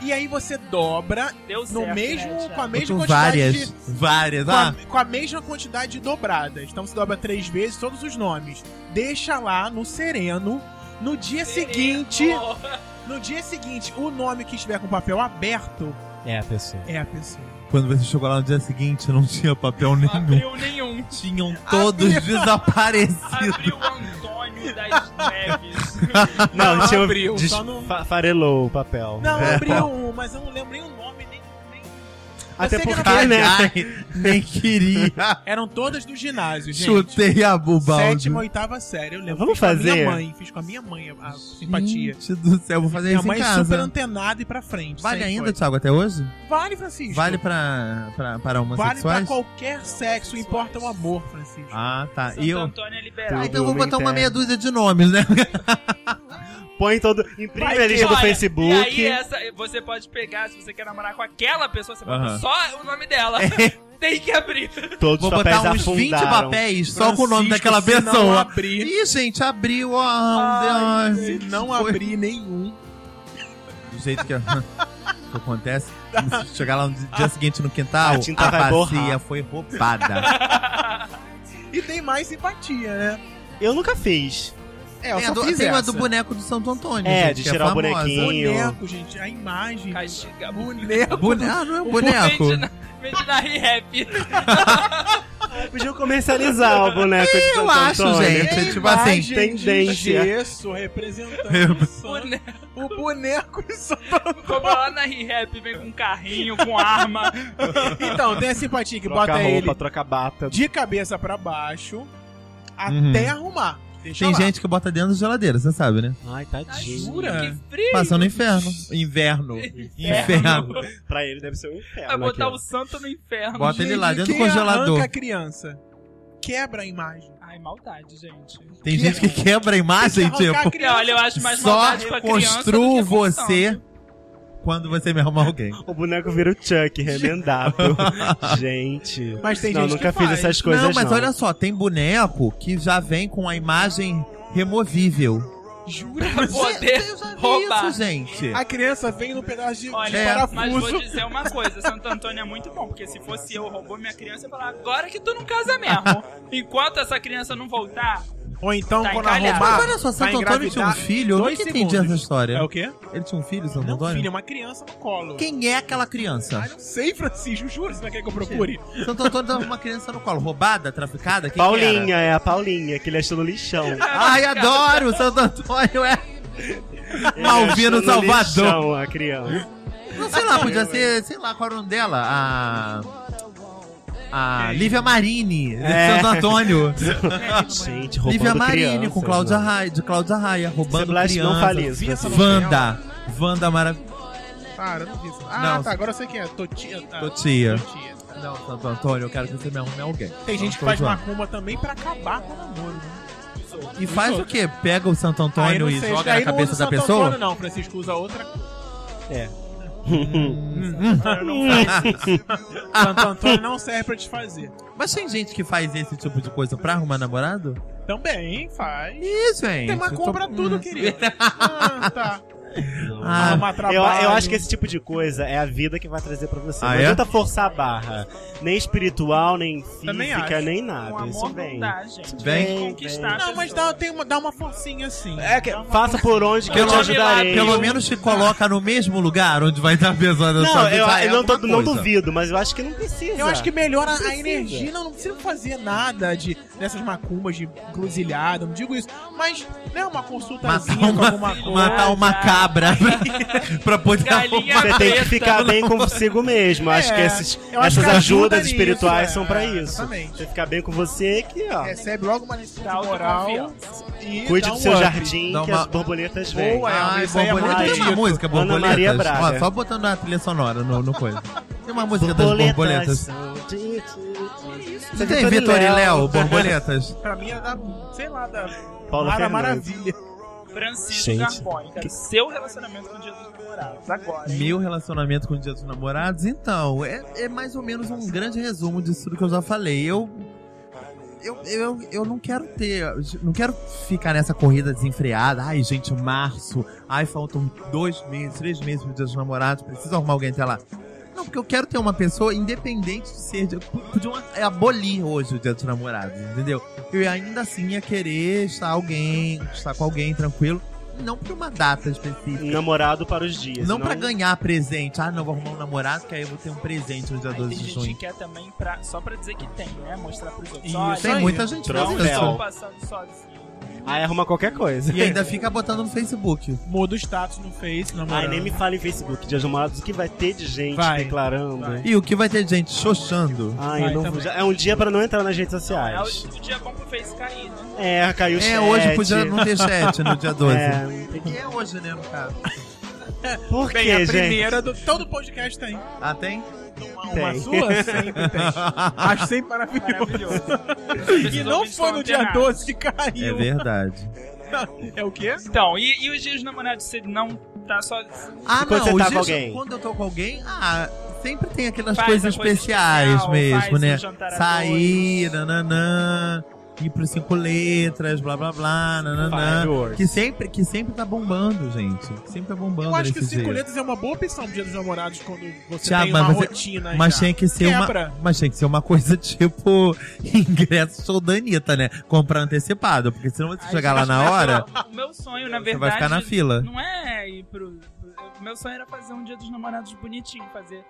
S1: E aí você dobra
S2: deu certo.
S1: no mesmo,
S2: né,
S1: com a
S2: Thiago?
S1: mesma
S4: Com
S1: quantidade
S4: várias.
S1: de...
S4: Várias.
S1: Com a,
S4: Ah,
S1: com a mesma quantidade de dobradas. Então você dobra três vezes todos os nomes. Deixa lá no sereno. No dia seguinte,
S2: Oh.
S1: no dia seguinte, o nome que estiver com o papel aberto
S3: É, pessoal.
S1: é a pessoa.
S4: quando você chegou lá no dia seguinte, não tinha papel nenhum.
S2: Abriu nenhum.
S4: Tinham todos
S1: [laughs]
S4: desaparecidos.
S2: Abriu Antônio das [laughs] Neves.
S3: Não, tinha
S1: abriu,
S3: des-
S1: só não-
S3: fa- farelou o papel.
S1: Não,
S4: É.
S1: abriu um, mas eu não lembro nem o nome, nem. nem...
S3: Até
S1: Eu sei que é
S3: porque,
S1: era-
S3: né?
S4: Ai, nem queria.
S1: Eram todas do ginásio, gente.
S4: Chutei a bubalde.
S1: Sétima, oitava série, eu lembro.
S3: Vamos
S1: Fiz com a
S3: fazer?
S1: minha mãe, fiz com a minha mãe a, a simpatia.
S4: Gente do céu, vou fazer
S1: Minha
S4: isso em
S1: mãe é super
S4: casa.
S1: antenada e pra frente.
S4: Vale
S1: sempre
S4: ainda,
S1: foi.
S4: Thiago, até hoje?
S1: Vale, Francisco.
S4: Vale pra, pra, para
S1: Vale pra
S4: homossexuais?
S1: qualquer sexo, importa o amor, Francisco.
S4: Ah, tá.
S2: Santo
S4: E eu...
S2: Antônio é
S4: Ah,
S2: liberado.
S4: então eu vou
S3: Homem
S4: botar uma
S3: terra.
S4: meia dúzia de nomes, né?
S3: Põe todo. Imprime
S2: Vai
S3: a
S2: que-
S3: lista do
S2: olha,
S3: Facebook.
S2: E aí
S1: é-
S2: essa, você pode pegar, se você quer namorar com aquela pessoa, você bota
S4: Aham.
S2: só o nome dela. [laughs] Tem que abrir.
S3: Todos
S4: Vou
S3: os papéis
S4: botar uns 20
S3: afundaram.
S4: papéis só com o nome
S1: Francisco,
S4: daquela
S1: se não
S4: pessoa.
S1: abrir-
S4: Ih, gente, abriu. ó,
S1: Ai,
S4: ai,
S1: se não
S4: foi.
S1: abrir nenhum.
S4: Do jeito que, que acontece. se Chegar lá no dia seguinte no quintal,
S3: A tinta
S4: a
S3: vai borrar.
S4: bacia foi roubada.
S1: E E tem mais simpatia, né?
S3: Eu nunca fiz.
S1: É, eu
S4: tem, a
S1: só
S4: do,
S1: fiz
S4: tem
S1: essa.
S4: a do boneco do Santo Antônio.
S3: É,
S4: gente,
S3: de
S4: que
S3: tirar o
S4: famosa.
S3: bonequinho.
S1: Boneco, gente, a imagem.
S2: Castiga
S1: Boneco.
S4: Bone... Ah, não é um boneco.
S2: Medina Rap.
S3: Podiam comercializar o boneco de
S4: Eu
S3: Santo
S4: acho,
S3: Antônio.
S4: gente.
S1: É
S4: tipo assim,
S1: de
S3: tendência.
S1: gesso [laughs] representando o Santo- o boneco de Santo
S2: Como lá na Rap vem com um carrinho, com arma.
S1: Então, tem a simpatia que
S3: Troca
S1: bota
S3: roupa,
S1: ele
S3: troca bata.
S1: de cabeça pra baixo
S4: Uhum.
S1: até arrumar. Deixa
S4: Tem
S1: lá.
S4: gente que bota dentro da geladeira, você sabe, né?
S3: Ai,
S2: Ai,
S3: tadinho.
S1: Jura?
S2: Que frio.
S4: Passando inferno. Inverno. Inferno.
S3: Pra ele deve ser um inferno.
S2: Vai botar
S3: aquilo.
S2: o santo no inferno.
S4: Bota ele lá
S1: Gente,
S4: dentro do
S1: quem
S4: congelador.
S1: Arranca a criança. Quebra a imagem.
S2: Ai, maldade, gente.
S4: Tem gente que quebra a
S1: Tem
S4: imagem,
S1: que arrancar a
S4: tipo.
S1: criança.
S2: Olha, eu acho mais
S4: Só
S2: maldade com a criança. do que
S4: reconstruo
S2: com o
S4: você
S2: santo.
S4: quando você me arrumar alguém.
S3: O boneco vira o Chuck, remendado. gente.
S1: Mas tem
S3: não,
S1: gente
S3: nunca
S1: que
S3: fiz
S1: faz.
S3: essas coisas.
S4: não, mas olha só, tem boneco que já vem com a imagem removível.
S1: Jura?
S2: Poder
S4: eu já vi
S2: roubar.
S4: isso, gente.
S1: A criança vem no pedaço de, de
S2: Olha,
S4: É,
S2: mas
S1: parafuso.
S2: vou dizer uma coisa, Santo Antônio é muito bom, porque se fosse eu roubou minha criança, eu ia falar, agora que tu não casa mesmo. Enquanto essa criança não voltar,
S1: Ou então,
S2: Tá
S1: quando
S2: encalhado.
S1: arrumar.
S4: Mas olha só,
S1: vai
S4: Santo Antônio
S1: engravidar
S4: tinha um filho? Eu
S1: dois
S4: nunca entendi
S1: segundos.
S4: essa história.
S1: É o quê?
S4: Ele tinha um filho, Santo
S1: Não,
S4: Antônio?
S1: filho, é uma criança no colo.
S4: Quem é aquela criança?
S1: Ah, não sei, Francisco, juro, você não quer que eu procure?
S4: Santo Antônio dava uma criança no colo. Roubada, traficada? Quem que
S3: Paulinha, é a Paulinha, que ele achou no lixão.
S2: [laughs]
S4: Era? Ai, adoro! Santo Antônio é.
S3: Ele
S4: Malvino
S3: achou no
S4: Salvador.
S3: é lixão, a criança.
S4: Não sei lá, podia ser, sei lá, qual era o nome dela? A. A Lívia Marini, de
S3: É.
S4: Santo
S3: [laughs]
S4: Antônio.
S2: É, tipo,
S3: Gente, roubando
S4: Lívia Marini,
S3: crianças,
S4: com Cláudia
S3: né?
S4: Raia, de Cláudia Raia, roubando
S3: Semblante não
S4: criança.
S3: falido.
S4: Wanda. Wanda maravilhosa.
S1: Cara, eu não vi isso. Ah,
S4: Não.
S1: tá, agora eu sei quem é. Totia. Tá.
S4: Totia.
S1: Totia.
S4: Não, Santo Antônio, eu quero que você me arrume alguém.
S1: Tem gente que
S4: Santo
S1: faz
S4: Antônio.
S1: macumba também pra acabar com o namoro, né?
S4: E faz o quê? Pega o Santo
S1: Aí
S4: Antônio
S1: não
S4: e
S1: sei,
S4: joga
S1: aí
S4: na
S1: não
S4: cabeça
S1: usa
S4: da
S1: Santo
S4: pessoa?
S1: Antônio, não, Francisco usa outra
S3: É.
S1: [laughs] Santo Antônio não serve pra te fazer.
S4: Mas tem gente que faz esse tipo de coisa pra arrumar namorado?
S1: Também faz.
S4: Isso, hein?
S1: Tem macumba pra
S4: [laughs]
S1: tudo, querido. Ah, tá.
S4: Ah,
S1: Arrumar
S3: Eu,
S1: trabalho.
S3: eu acho que esse tipo de coisa é a vida que vai trazer pra você.
S4: Ah,
S3: não
S4: é?
S3: adianta forçar a barra. Nem espiritual, nem
S1: Também
S3: física,
S1: acho.
S3: nem
S2: com
S3: nada. Isso
S2: amor não
S3: vem.
S2: dá, gente.
S4: Vem.
S2: Tem que conquistar. a
S1: Não, mas
S2: pessoa.
S1: dá, tem uma, dá uma forcinha assim.
S3: É que- faça por onde que eu te
S2: Pelo-
S3: ajudarei.
S4: Pelo menos te coloca no mesmo lugar onde vai estar pesando a sua
S3: Não,
S4: vida.
S3: eu,
S4: já
S3: eu
S4: é
S3: não, tô-
S4: alguma
S3: não
S4: coisa.
S3: duvido, mas eu acho que não precisa.
S1: Eu acho que melhora a
S3: precisa.
S1: energia. Não, não precisa fazer nada de, dessas macumbas de cruzilhada, não digo isso. Mas, né, uma
S4: Matar
S1: consultazinha com
S4: uma,
S1: alguma
S3: [laughs]
S1: coisa.
S4: matar uma cabra
S1: [laughs]
S4: pra, pra poder
S2: Galinha
S4: arrumar.
S3: Você tem que
S2: preta.
S3: ficar bem
S1: [laughs]
S3: consigo mesmo. Eu acho
S1: É,
S3: que esses-
S1: eu acho
S3: essas
S1: que ajuda
S3: ajudas
S1: nisso,
S3: espirituais
S1: é,
S3: são pra isso.
S1: exatamente.
S3: Você ficar bem com você que, ó.
S1: Recebe logo uma lição
S2: Dá
S1: de moral.
S2: autoconfiança.
S1: E
S3: cuide
S1: dá
S3: do
S1: um
S3: seu
S1: up.
S3: jardim
S4: Dá
S3: que
S4: uma-
S3: as borboletas vêm.
S1: Boa, é.
S4: Ai,
S1: isso aí é
S4: borboleta.
S1: muito
S4: Tem uma
S1: dito.
S4: música,
S3: Ana
S4: borboletas.
S3: Maria Braga.
S4: Ó, só botando a trilha sonora no, no coisa. Tem uma música das é, borboletas.
S3: são-
S4: Você tem
S3: é
S4: Vitor e Léo, borboletas?
S1: Pra mim é da, sei lá, da
S3: Paula
S1: Mara
S3: Fernandes.
S1: Maravilha.
S2: Francisco
S3: Gente.
S2: Garboni, cara, seu relacionamento com Jesus Namorados, agora. hein?
S4: Meu relacionamento com o Dia dos Namorados, então, é, é mais ou menos um grande resumo disso tudo que eu já falei. Eu, eu, eu, eu não quero ter, não quero ficar nessa corrida desenfreada. Ai, gente, março, ai, faltam dois meses, três meses pro Dia dos Namorados, preciso arrumar alguém até lá. Não, porque eu quero ter uma pessoa independente de ser. de- Podiam abolir hoje o Dia dos Namorados, entendeu? Eu ainda assim ia querer estar alguém, estar com alguém tranquilo. Não por uma data específica.
S3: Namorado para os dias.
S4: Não pra ganhar presente. Ah, não, vou arrumar um namorado, que aí eu vou ter um presente no dia
S2: Aí tem
S4: 12 de
S2: gente que
S4: junho.
S2: quer também pra, só pra dizer que tem, né? Mostrar pros outros.
S4: E
S2: Olha,
S4: tem
S1: aí,
S4: muita gente
S3: troca
S4: fazendo
S3: um
S2: Estou
S4: isso.
S3: véu.
S2: passando sozinho.
S3: Aí arruma qualquer coisa.
S4: E ainda fica botando no Facebook.
S1: Muda o status no Face, namorando.
S3: [laughs] Ai, nem me fale em Facebook, dias namorados, o que vai ter de gente
S1: Vai.
S3: declarando.
S1: Vai.
S4: E o que vai tá ter gente xoxando?
S3: Ai,
S1: Vai
S3: eu não,
S1: também.
S3: já- é um dia pra não entrar nas redes
S2: É
S3: sociais.
S2: o, o dia bom pro Face cair,
S3: [laughs]
S2: né?
S3: É, caiu o
S4: É,
S3: chat.
S4: hoje podia não ter chat no dia 12.
S3: É, não tem que-
S4: E é hoje, né, no caso?
S3: Por
S1: Bem,
S3: quê,
S1: a
S3: gente?
S1: primeira do. Todo podcast tem.
S4: Ah, tem?
S1: Uma,
S3: Tem.
S1: uma sua
S3: [laughs]
S1: sempre tem. Acho sempre maravilhoso.
S2: Maravilhoso.
S1: E não foi no dia 12 que
S4: É
S1: caiu.
S4: verdade.
S1: É, o quê?
S2: Então, e, e os dias dos namorados, você não tá sozinho?
S4: Ah,
S3: E quando
S4: não,
S3: você tá
S4: os
S3: com
S4: dias-
S3: alguém?
S4: Quando eu tô com alguém, ah, sempre tem aquelas
S2: Faz
S4: coisas
S2: a coisa um
S4: especiais né?
S2: especial,
S4: mesmo,
S2: faz um
S4: né?
S2: jantar a
S4: Sair, nananã. ir pro cinco letras, blá blá blá, nananã.
S3: Fireworks.
S4: Que sempre, que sempre tá bombando, gente. Que sempre tá bombando.
S1: Eu acho que
S4: nesses
S1: os cinco
S4: dias.
S1: letras é uma boa opção pro dia dos namorados quando você
S4: Thiago,
S1: tem uma
S4: mas você-
S1: rotina.
S4: Mas
S1: já.
S4: tinha que
S2: É,
S4: ser
S1: Quebra.
S4: uma. Mas tinha que ser uma coisa [laughs] tipo ingresso show da Anitta, né? Comprar antecipado. Porque senão você
S2: Ai,
S4: chegar lá
S2: gente,
S4: na
S2: mas
S4: hora,
S2: [laughs] O meu sonho, na
S4: você
S2: verdade.
S4: vai ficar na fila.
S2: Não é ir pro. O meu sonho era fazer um dia dos namorados bonitinho, fazer.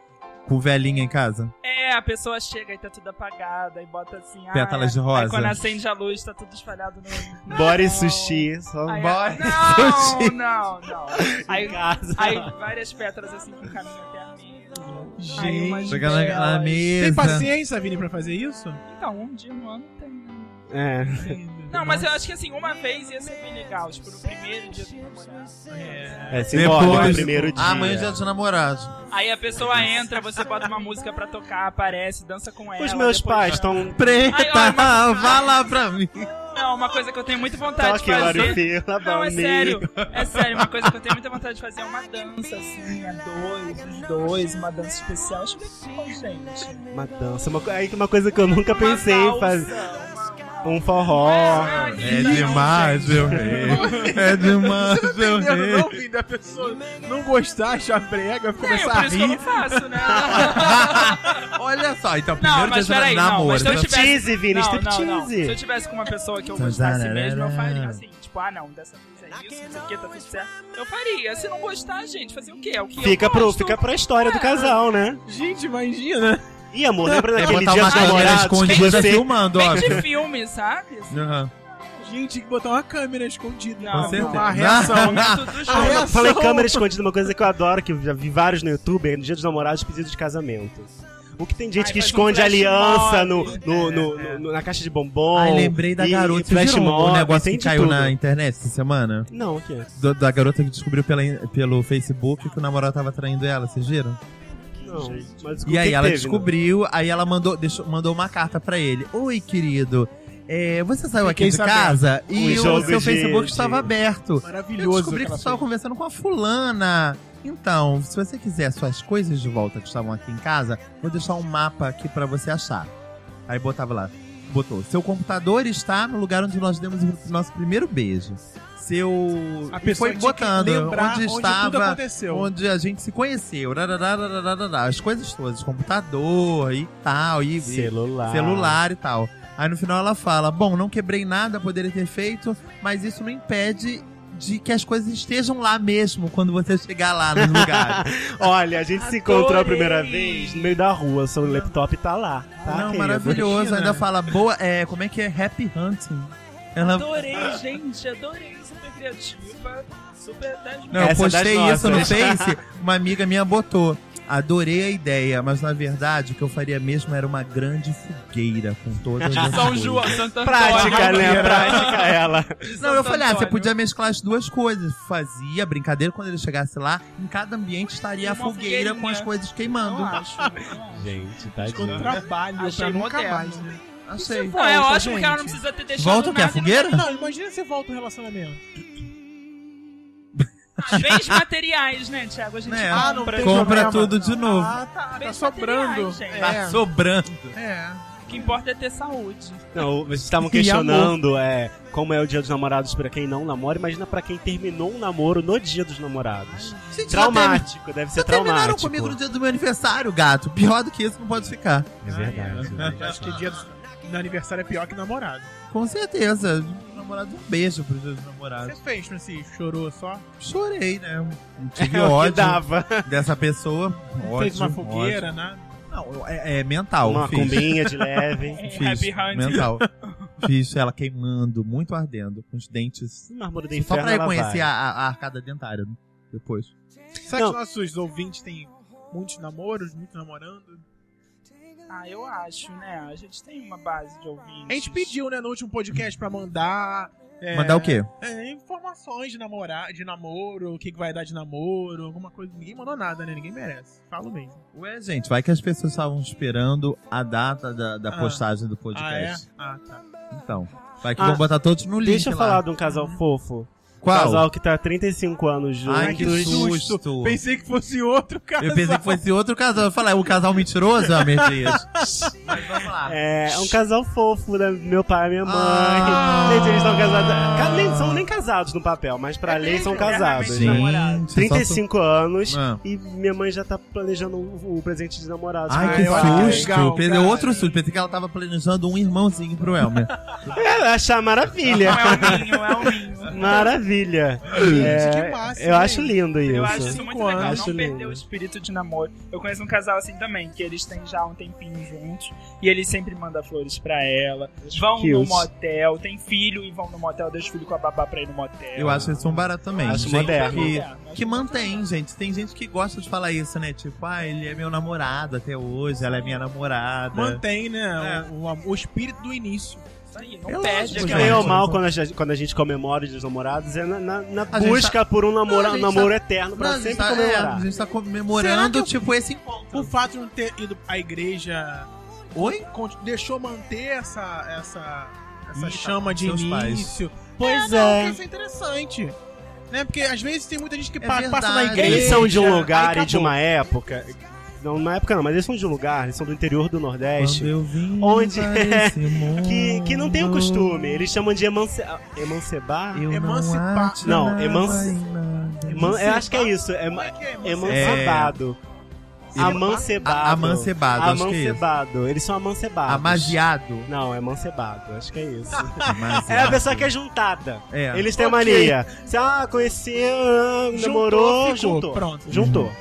S4: Com velhinha em casa.
S2: É, a pessoa chega e tá tudo apagado, aí bota assim. ah,
S4: Pétalas de
S2: é.
S4: rosa.
S2: Aí quando acende a luz, tá tudo espalhado no.
S3: Body sushi, só
S2: Aí,
S4: Bora,
S2: não,
S4: sushi.
S2: não, não.
S3: em
S2: Aí,
S3: casa.
S2: aí várias pétalas assim com o caminho até a mesa. Ai,
S1: Gente.
S2: umas
S4: Chegar na, na
S2: velas.
S4: mesa.
S1: Tem paciência, Vini, pra fazer isso?
S2: Então, um dia no ano tem. né?
S3: É.
S2: Não, mas eu acho que assim, uma vez ia ser bem legal. Tipo, no primeiro dia do namorado.
S3: É simbólico o primeiro dia.
S4: Amanhã é dia dos namorados.
S2: Aí a pessoa entra, você bota uma música pra tocar, aparece, dança com ela.
S3: Os meus
S2: depois-
S3: pais estão
S4: Preta,
S2: Ai, ó, mas-
S4: vá lá pra mim.
S2: Não, uma coisa que eu tenho muita vontade
S3: toque
S2: de fazer.
S3: Lário Fila,
S2: Não, é
S3: Balneiro.
S2: sério. É sério, uma coisa que eu tenho muita vontade de fazer é uma dança, assim, a dois, os dois, uma dança especial. Acho que é bom, gente.
S3: Uma dança, uma, co- aí uma coisa que eu nunca
S2: Uma
S3: pensei em
S2: valsa,
S3: fazer.
S2: uma-
S3: Um forró.
S2: Ai,
S4: É
S2: não,
S4: demais,
S2: gente.
S4: meu rei. É demais, meu
S1: Entendeu?
S4: rei.
S1: Não, Vini, da pessoa não gostar, achar brega,
S2: É,
S1: começar
S2: por
S1: a
S2: isso que eu não
S1: rir.
S2: faço,
S3: [laughs]
S2: né?
S4: Olha só, então
S2: Não,
S4: primeiro
S2: mas
S4: dia de
S2: peraí, não.
S4: namoro.
S2: Mas então, se eu
S4: tá-
S2: tivesse...
S3: Striptease, Vini,
S2: não,
S3: striptease.
S2: Não, não. Se eu tivesse com uma pessoa que eu gostasse mesmo, eu faria assim. Tipo, ah, não, dessa vez é isso, não sei o que, tá tudo certo. Eu faria. Se não gostar, gente, fazer o quê? É o que
S3: Fica,
S2: eu
S3: pro,
S2: gosto.
S3: fica pra história do casal, né?
S1: Gente, imagina.
S3: Ih, amor, lembra
S4: É
S3: daquele
S4: botar
S3: dia
S4: uma
S3: dos
S4: câmera
S3: namorados que
S4: escondida assim.
S3: você...
S4: filmando, ó.
S2: Bem de filme, [laughs] sabe?
S4: Aham.
S1: Gente, tem que botar uma câmera escondida.
S2: Não,
S4: Com
S1: Uma
S4: certeza.
S2: [laughs]
S1: reação.
S2: Momento do
S1: Ah,
S2: jogo.
S1: é?
S3: Eu falei
S1: Ação.
S3: câmera escondida, uma coisa que eu adoro, que eu já vi vários no YouTube, é no dia dos namorados, pedido de casamento. O que tem gente
S2: Ai,
S3: que
S2: faz um
S3: esconde a
S2: flash
S3: aliança no,
S2: mob.
S3: no, no- no- na caixa de bombom.
S4: É, Ai, lembrei da
S3: e-
S4: garota.
S3: e flash
S4: Vocês viram
S3: mob,
S4: o negócio
S3: tem
S4: que
S3: de
S4: caiu
S3: tudo.
S4: na internet essa semana?
S3: Não, o que é?
S4: Do- da garota que descobriu pela, in- pelo Facebook que o namorado tava traindo ela, vocês viram?
S3: Não, mas o
S4: E aí
S3: que
S4: ela
S3: teve, né?
S4: descobriu, aí ela mandou, deixou, mandou uma carta pra ele. Oi, querido, é, você saiu aqui
S1: Fiquei
S4: de
S1: sabendo.
S4: casa
S3: Um
S4: e o
S3: jogo
S4: seu
S3: de-
S4: Facebook
S3: de-
S4: estava aberto. Eu
S1: Maravilhoso.
S4: descobri que
S1: aquela
S4: você estava
S1: coisa.
S4: conversando com a fulana. Então, se você quiser suas coisas de volta que estavam aqui em casa, vou deixar um mapa aqui pra você achar. Aí botava lá, botou. Seu computador está no lugar onde nós demos o nosso primeiro beijo. Seu.
S1: A
S4: e
S1: pessoa
S4: foi botando
S1: tinha que lembrar
S4: onde
S1: onde, tudo
S4: estava
S1: aconteceu.
S4: onde a gente se conheceu, rarararararará, as coisas todas, computador e tal, e, e
S3: Celular.
S4: celular e tal. Aí no final ela fala: Bom, não quebrei nada, poderia ter feito, mas isso não impede de que as coisas estejam lá mesmo quando você chegar lá nos lugares.
S3: Olha, a gente se
S2: Adorei.
S3: encontrou a primeira vez no meio da rua, seu laptop tá lá. [laughs] Tá,
S4: não,
S3: querido?
S4: maravilhoso.
S1: Imagina.
S4: Ainda fala: Boa, é, como é que é? Happy Hunting. Ela.
S3: Então,
S2: Adorei, gente, adorei. Super criativa, super 10
S4: Não, eu
S3: Essa é das
S4: postei isso no
S3: nossas.
S4: Face,
S3: [laughs]
S4: uma amiga minha botou. Adorei a ideia, mas na verdade o que eu faria mesmo era uma grande fogueira com todas
S3: um
S4: as
S2: São
S4: coisas.
S2: João, Santo Antônio.
S3: Prática, né? Prática ela.
S4: Não, eu falei, ah, você podia mesclar as duas coisas. Fazia brincadeira quando ele chegasse lá, em cada ambiente estaria a
S2: Uma
S4: fogueira com as
S2: fogueirinha.
S4: coisas
S2: Não
S4: queimando.
S2: acho, não acho.
S3: Gente, tá
S1: Ficou um trabalho pra
S2: Achei
S1: nunca
S2: moderno.
S1: mais, né?
S4: Achei.
S2: Não, é
S1: Volta,
S2: ótimo que ela não
S1: gente.
S2: precisa ter deixado
S4: Volta o quê? A
S2: nada e não
S4: fogueira?
S1: Não, imagina se volta o relacionamento.
S2: Ah, Bens materiais, né, Thiago? A gente
S4: É.
S1: Ah, não
S2: compra.
S1: tem
S4: Compra
S1: problema.
S4: tudo de novo.
S1: Ah, tá. Tá
S2: Bens
S1: sobrando.
S2: materiais, gente.
S4: Tá
S1: É.
S4: sobrando.
S1: É.
S2: O que importa é ter saúde.
S3: Não, vocês estavam
S4: [laughs] E
S3: questionando é, como é o dia dos namorados pra quem não namora. Imagina pra quem terminou um namoro no dia dos namorados.
S4: Gente, já termi-
S3: Traumático, deve ser
S4: Já terminaram
S3: traumático.
S4: comigo no dia do meu aniversário, gato. Pior do que isso, não pode ficar.
S3: É verdade.
S1: Ah, é. Acho que dia do, no aniversário é pior que namorado.
S4: Com certeza. Namorado, um beijo pro dia do namorado.
S1: Você fez, Francisco? Chorou só?
S4: Chorei, né?
S3: [laughs] É
S4: Tive
S3: o que
S4: ódio
S3: dava.
S4: dessa pessoa. Ódio,
S1: fez uma
S4: ódio.
S1: fogueira, né? nada.
S4: Não, eu- é, é mental.
S3: tá, Uma
S4: fiz.
S3: combinha de
S4: [laughs]
S3: leve.
S2: É,
S4: Fiz,
S2: Happy hunting.
S4: mental. Fiz ela queimando, muito ardendo, com os dentes
S3: No Marmoro do
S4: Só
S3: Inferno
S4: pra
S3: ela
S4: reconhecer
S3: vai.
S4: a, a- a arcada dentária né? depois.
S1: Será
S3: Não.
S1: que nossos ouvintes têm muitos namoros, muitos namorando?
S2: Ah, eu acho, né? A gente tem uma base de ouvintes.
S1: A gente pediu, né, no último podcast pra mandar. é,
S4: Mandar o quê?
S1: é, informações de namorar, de namoro, o que, que vai dar de namoro, alguma coisa. Ninguém mandou nada, né? Ninguém merece. Falo mesmo.
S4: Ué, gente, vai que as pessoas estavam esperando a data da, da
S1: Ah.
S4: postagem do
S1: Ah, é?
S4: podcast.
S1: Ah, tá.
S4: Então, vai que
S3: Ah,
S4: vão botar todos no link
S3: Deixa eu
S4: lá.
S3: falar de um casal fofo
S4: Qual?
S3: Casal que tá há 35 anos juntos.
S4: Ai, que susto.
S1: Pensei que fosse outro casal.
S4: Eu pensei que fosse outro casal. Eu falei, o casal mentiroso, Amir Dias. Mas vamos lá.
S3: É, é um casal fofo, né? Meu pai e minha mãe.
S4: Ah.
S3: Gente, eles são casados. Ca- Nem, são nem casados no papel, mas
S4: É
S3: pra lei são casados. né?
S2: Sim. namorado.
S4: só
S3: 35 anos
S4: Ah.
S3: e minha mãe já tá planejando o, o presente de
S4: tô-
S3: namorado.
S4: Ai, que
S1: eu acho que é
S4: susto.
S1: legal,
S4: Pensei-
S1: cara.
S4: outro susto. Pensei que ela tava planejando um irmãozinho pro Elmer.
S3: É,
S2: [laughs]
S3: achar maravilha.
S2: Não é o Ninho, é o Ninho.
S3: Maravilha.
S1: Gente, [laughs] que
S3: É,
S1: massa,
S3: eu
S1: hein?
S3: acho lindo isso.
S2: Eu acho isso muito
S1: Cinco
S2: legal,
S3: anos.
S2: não
S3: Acho
S2: perder
S3: lindo.
S2: o espírito de namoro. Eu conheço um casal assim também, que eles têm já um tempinho juntos, e ele sempre manda flores pra ela, vão
S3: Cute.
S2: no motel, tem filho e vão no motel, deixa o filho com a babá pra ir no motel.
S4: Eu acho isso um barato também.
S3: Acho
S4: gente
S3: moderno.
S4: Que, que mantém, gente. Tem gente que gosta de falar isso, né? Tipo, ah, ele é meu namorado até hoje, ela é minha namorada.
S1: Mantém, né? o- O, o espírito do início.
S2: É. Isso aí, não
S4: É
S2: perde né,
S4: lógico,
S2: aquela
S3: Bem
S4: gente.
S3: ou mal, quando a, gente, quando a gente comemora os namorados, é na, na- na
S4: gente tá-
S3: busca por um namoro,
S4: Não, a gente
S3: namoro
S4: tá-
S3: eterno pra
S4: Não, a, gente
S3: sempre
S4: tá, é, a
S3: comemorar.
S4: gente tá
S1: Será que
S4: comemorando,
S1: eu-
S4: tipo, esse encontro.
S1: O fato de não ter ido à igreja
S4: Oi?
S1: con- deixou manter essa, essa, essa
S4: Ih, tá
S1: chama de
S4: seus pais.
S1: início.
S3: Pois
S1: não,
S3: é.
S1: porque Isso é interessante. Né? Porque às vezes tem muita gente que
S4: É
S1: pa- passa na
S4: verdade.
S1: igreja.
S3: Eles são de um lugar
S1: aí
S3: e de
S1: acabou.
S3: uma época. Não, na época não, mas eles são de um lugar, eles são do interior do Nordeste.
S4: eu vim
S3: Onde-
S4: para esse
S3: [laughs] Que, que não tem o
S4: mundo,
S3: costume. Eles chamam de emance... emancebar.
S4: eu não
S1: Emancipar.
S4: acho
S3: Não,
S4: nada
S3: emanci-
S4: em nada.
S3: Eman- Eu acho que é isso.
S1: Como
S3: ema-
S1: é que é, irmão?
S3: Emancebado.
S4: É.
S3: Amancebado.
S4: A- amancebado, acho que é isso.
S3: Amancebado. Eles são amancebados.
S4: Amagiado.
S3: Não, é mancebado. Acho que é
S4: [laughs]
S3: isso.
S4: Amagiado.
S3: [laughs] É a pessoa que é juntada.
S4: É.
S3: Eles têm a
S1: Ok.
S3: mania. Você, ah, conheceu, ah,
S1: Juntou,
S3: namorou,
S1: ficou,
S3: juntou.
S1: pronto.
S3: Juntou.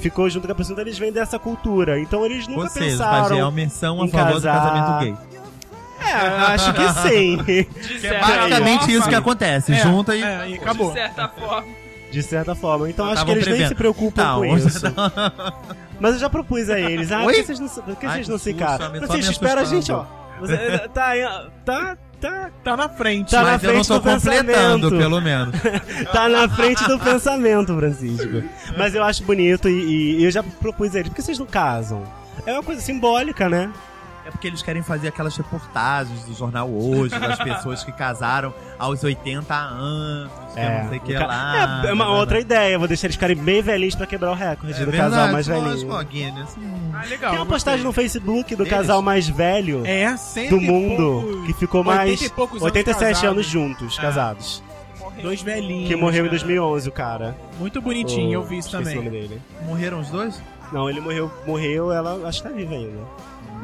S3: Ficou junto com a pessoa, então eles vêm dessa cultura. Então eles nunca
S4: Ou seja, fazer é
S3: pensaram.
S4: uma menção a
S3: em
S4: favor do
S3: casar.
S4: casamento gay.
S3: É, acho que
S4: [laughs]
S3: sim. [laughs]
S2: De
S4: É
S2: certa
S4: basicamente
S2: forma,
S4: isso que acontece.
S1: É,
S4: Junta e.
S1: é, e
S2: De
S1: acabou.
S2: certa forma.
S3: De certa forma. Então
S4: Ah,
S3: acho que
S4: estavam
S3: eles nem
S4: prevendo.
S3: se preocupam
S4: Não, [laughs]
S3: com [laughs] isso. Mas eu já propus a eles. Ah, por
S4: Oi?
S3: que vocês não, se- por que
S4: Ai,
S3: vocês
S4: que
S3: não se
S4: susto,
S3: casam?
S4: me- só
S3: Vocês
S4: me
S3: esperam a
S4: assustando.
S3: gente, ó. Você, eh, tá, eh, tá, tá,
S1: Tá na frente.
S3: Tá na
S4: Mas eu não
S3: frente
S4: tô
S3: do pensamento.
S4: completando, pelo menos.
S3: tá na frente do pensamento, Francisco. Mas eu acho bonito e, e eu já propus a eles. Por que vocês não casam? É uma coisa simbólica, né?
S4: É porque eles querem fazer aquelas reportagens do jornal hoje, das
S3: [laughs]
S4: pessoas que casaram aos 80 anos, que não sei o que
S3: um ca-
S4: lá. né, É
S3: É, é uma outra ideia. Vou deixar eles ficarem bem velhinhos pra quebrar o recorde do casal mais velhinho.
S1: Ah, legal.
S3: Tem uma postagem no Facebook do
S4: Deles?
S3: casal mais velho
S1: É, sempre.
S3: do mundo que ficou mais.
S1: 80 e poucos
S3: 87
S1: casados.
S3: anos, juntos,
S1: Ah.
S3: casados.
S1: Dois velhinhos.
S3: Que morreu em
S1: cara.
S3: 2011, o cara.
S1: Muito bonitinho, eu
S3: O-
S1: vi isso
S3: esqueci o
S1: também.
S3: nome dele.
S4: Morreram os dois?
S3: Não, ele morreu, morreu, ela acho que tá viva ainda.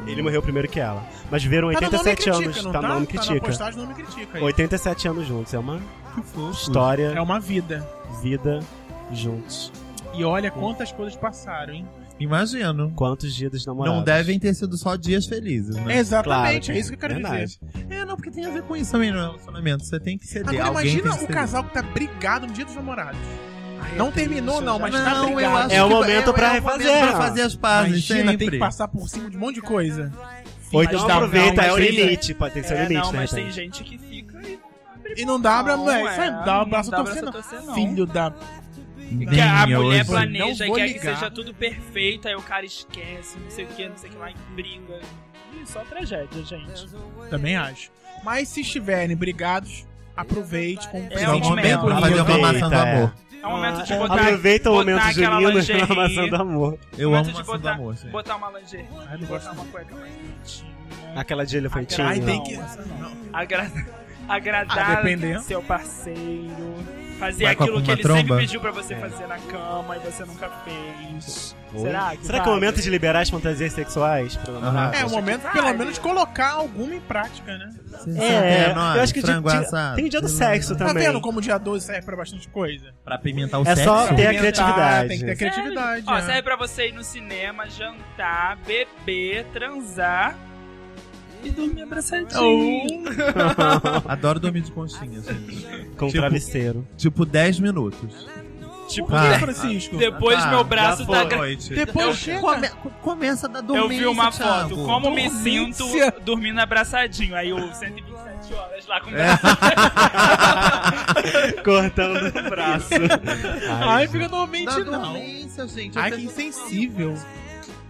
S3: Ele morreu primeiro que ela. Mas viveram
S1: Tá no Não Me
S3: 87
S1: Critica,
S3: anos.
S1: não
S3: Tá,
S1: tá?
S3: no nome
S1: Tá na
S3: critica.
S1: postagem, não me critica. aí.
S3: 87 anos juntos. É uma
S4: Que fofo.
S3: história,
S1: É uma vida.
S3: vida juntos.
S1: E olha quantas coisas passaram, hein?
S4: Imagino.
S3: Quantos dias dos namorados?
S4: Não devem ter sido só dias felizes, né?
S1: Exatamente,
S3: Claro,
S1: é isso que eu quero
S3: verdade.
S1: dizer.
S4: É, não, porque tem a ver com isso também no relacionamento. Você tem que ceder.
S1: Agora
S4: Alguém
S1: imagina
S4: tem que
S1: o
S4: ceder.
S1: casal que tá brigado no dia dos namorados.
S4: eu
S1: não terminou, não, mas tá
S4: Não, eu
S1: brigado.
S4: acho
S3: É o
S4: que-
S3: momento pra
S4: é o momento
S3: refazer,
S4: pra
S3: ó.
S4: fazer as pazes
S1: Imagina,
S4: sempre.
S1: tem que passar por cima de um monte de coisa.
S3: Ou então
S1: Mas dá-
S3: aproveita,
S1: não,
S3: é o
S1: mas tem-
S3: limite. Pode ter que ser o
S2: É,
S3: limite,
S2: não,
S3: né?
S2: mas tem
S3: então.
S2: gente que fica e
S1: E não tá? dá pra.
S2: Não,
S1: é,
S2: é,
S1: sabe, dá um
S2: não
S1: abraço
S2: dá
S1: a
S2: abraço
S1: torcer,
S2: a
S1: não.
S2: torcer, não.
S1: Filho da.
S2: Que a
S4: Bem,
S2: mulher
S4: hoje.
S2: planeja,
S1: Não vou
S2: quer que
S1: ligar.
S2: seja tudo perfeito, aí o cara esquece, não sei o que, não sei o que lá, e briga. Ih, só tragédia, gente.
S1: Também acho. Mas se estiverem brigados, aproveite com um
S2: É um
S1: presente
S2: momento
S1: bem
S4: pra
S1: bonito.
S4: fazer uma maçã
S3: Eita,
S4: do
S3: é.
S4: amor.
S2: É
S1: um
S2: o momento de
S3: Ah,
S2: botar.
S3: Aproveita o
S2: botar
S3: momento
S2: aquela
S3: junino e
S2: lingerie,
S3: a maçã do amor.
S4: Eu
S2: momento
S4: amo
S2: de
S4: maçã do
S2: botar-
S4: amor, gente.
S2: Botar uma lingerie,
S1: Ai, não gosto
S2: botar uma cueca mais bonitinha.
S3: Aquela de elefantinho.
S1: Ai, tem
S2: Não,
S1: que.
S2: essa
S1: não.
S2: Agra...
S1: Ah,
S2: Agradar
S1: dependendo.
S2: seu parceiro. Fazer
S4: Vai com a-
S2: aquilo que
S4: uma
S2: ele
S4: tromba?
S2: sempre pediu pra
S1: É.
S2: você fazer na cama e você nunca fez.
S3: Oi.
S2: Será que
S3: Será que é
S2: vai?
S3: o momento de liberar as fantasias sexuais pro namorado?
S4: Ah,
S1: É o
S3: Acho
S1: momento,
S2: vai,
S1: pelo
S2: né?
S1: menos, de colocar alguma em prática, né?
S3: que-
S4: Sessenta
S3: É,
S4: e nove,
S3: eu acho que dia-
S4: frango
S3: dia-
S4: assado.
S3: tem dia do sexo
S1: Tá
S3: também.
S1: vendo como o dia 12 serve pra bastante coisa?
S4: Pra pimentar o
S3: É
S4: sexo.
S3: só ter a
S1: Experimentar,
S3: criatividade.
S1: Tem que ter
S2: Serve.
S1: criatividade.
S2: Ó,
S1: é.
S2: serve pra você ir no cinema, jantar, beber, transar e dormir abraçadinho.
S4: Adoro dormir de conchinha, gente.
S3: Com
S4: Tipo-
S3: travesseiro.
S4: [laughs] tipo 10 minutos.
S1: Tipo,
S4: Ah.
S1: por que, Francisco?
S2: Depois
S4: Tá,
S2: meu braço tá
S4: já foi.
S2: gra-
S1: Depois chega.
S4: Come- co- começa da
S2: Eu
S4: dormência,
S2: vi uma
S4: Thiago.
S2: foto, como me
S1: Dormência.
S2: sinto dormindo abraçadinho. Aí o 127 horas lá com o
S4: É.
S2: braço. [laughs]
S3: [laughs] Cortando o [laughs] braço.
S1: Ai,
S3: gente.
S1: fica dormente,
S4: Da
S1: não.
S4: dormência, gente.
S1: Ai,
S4: Eu
S1: que
S4: penso-
S1: insensível.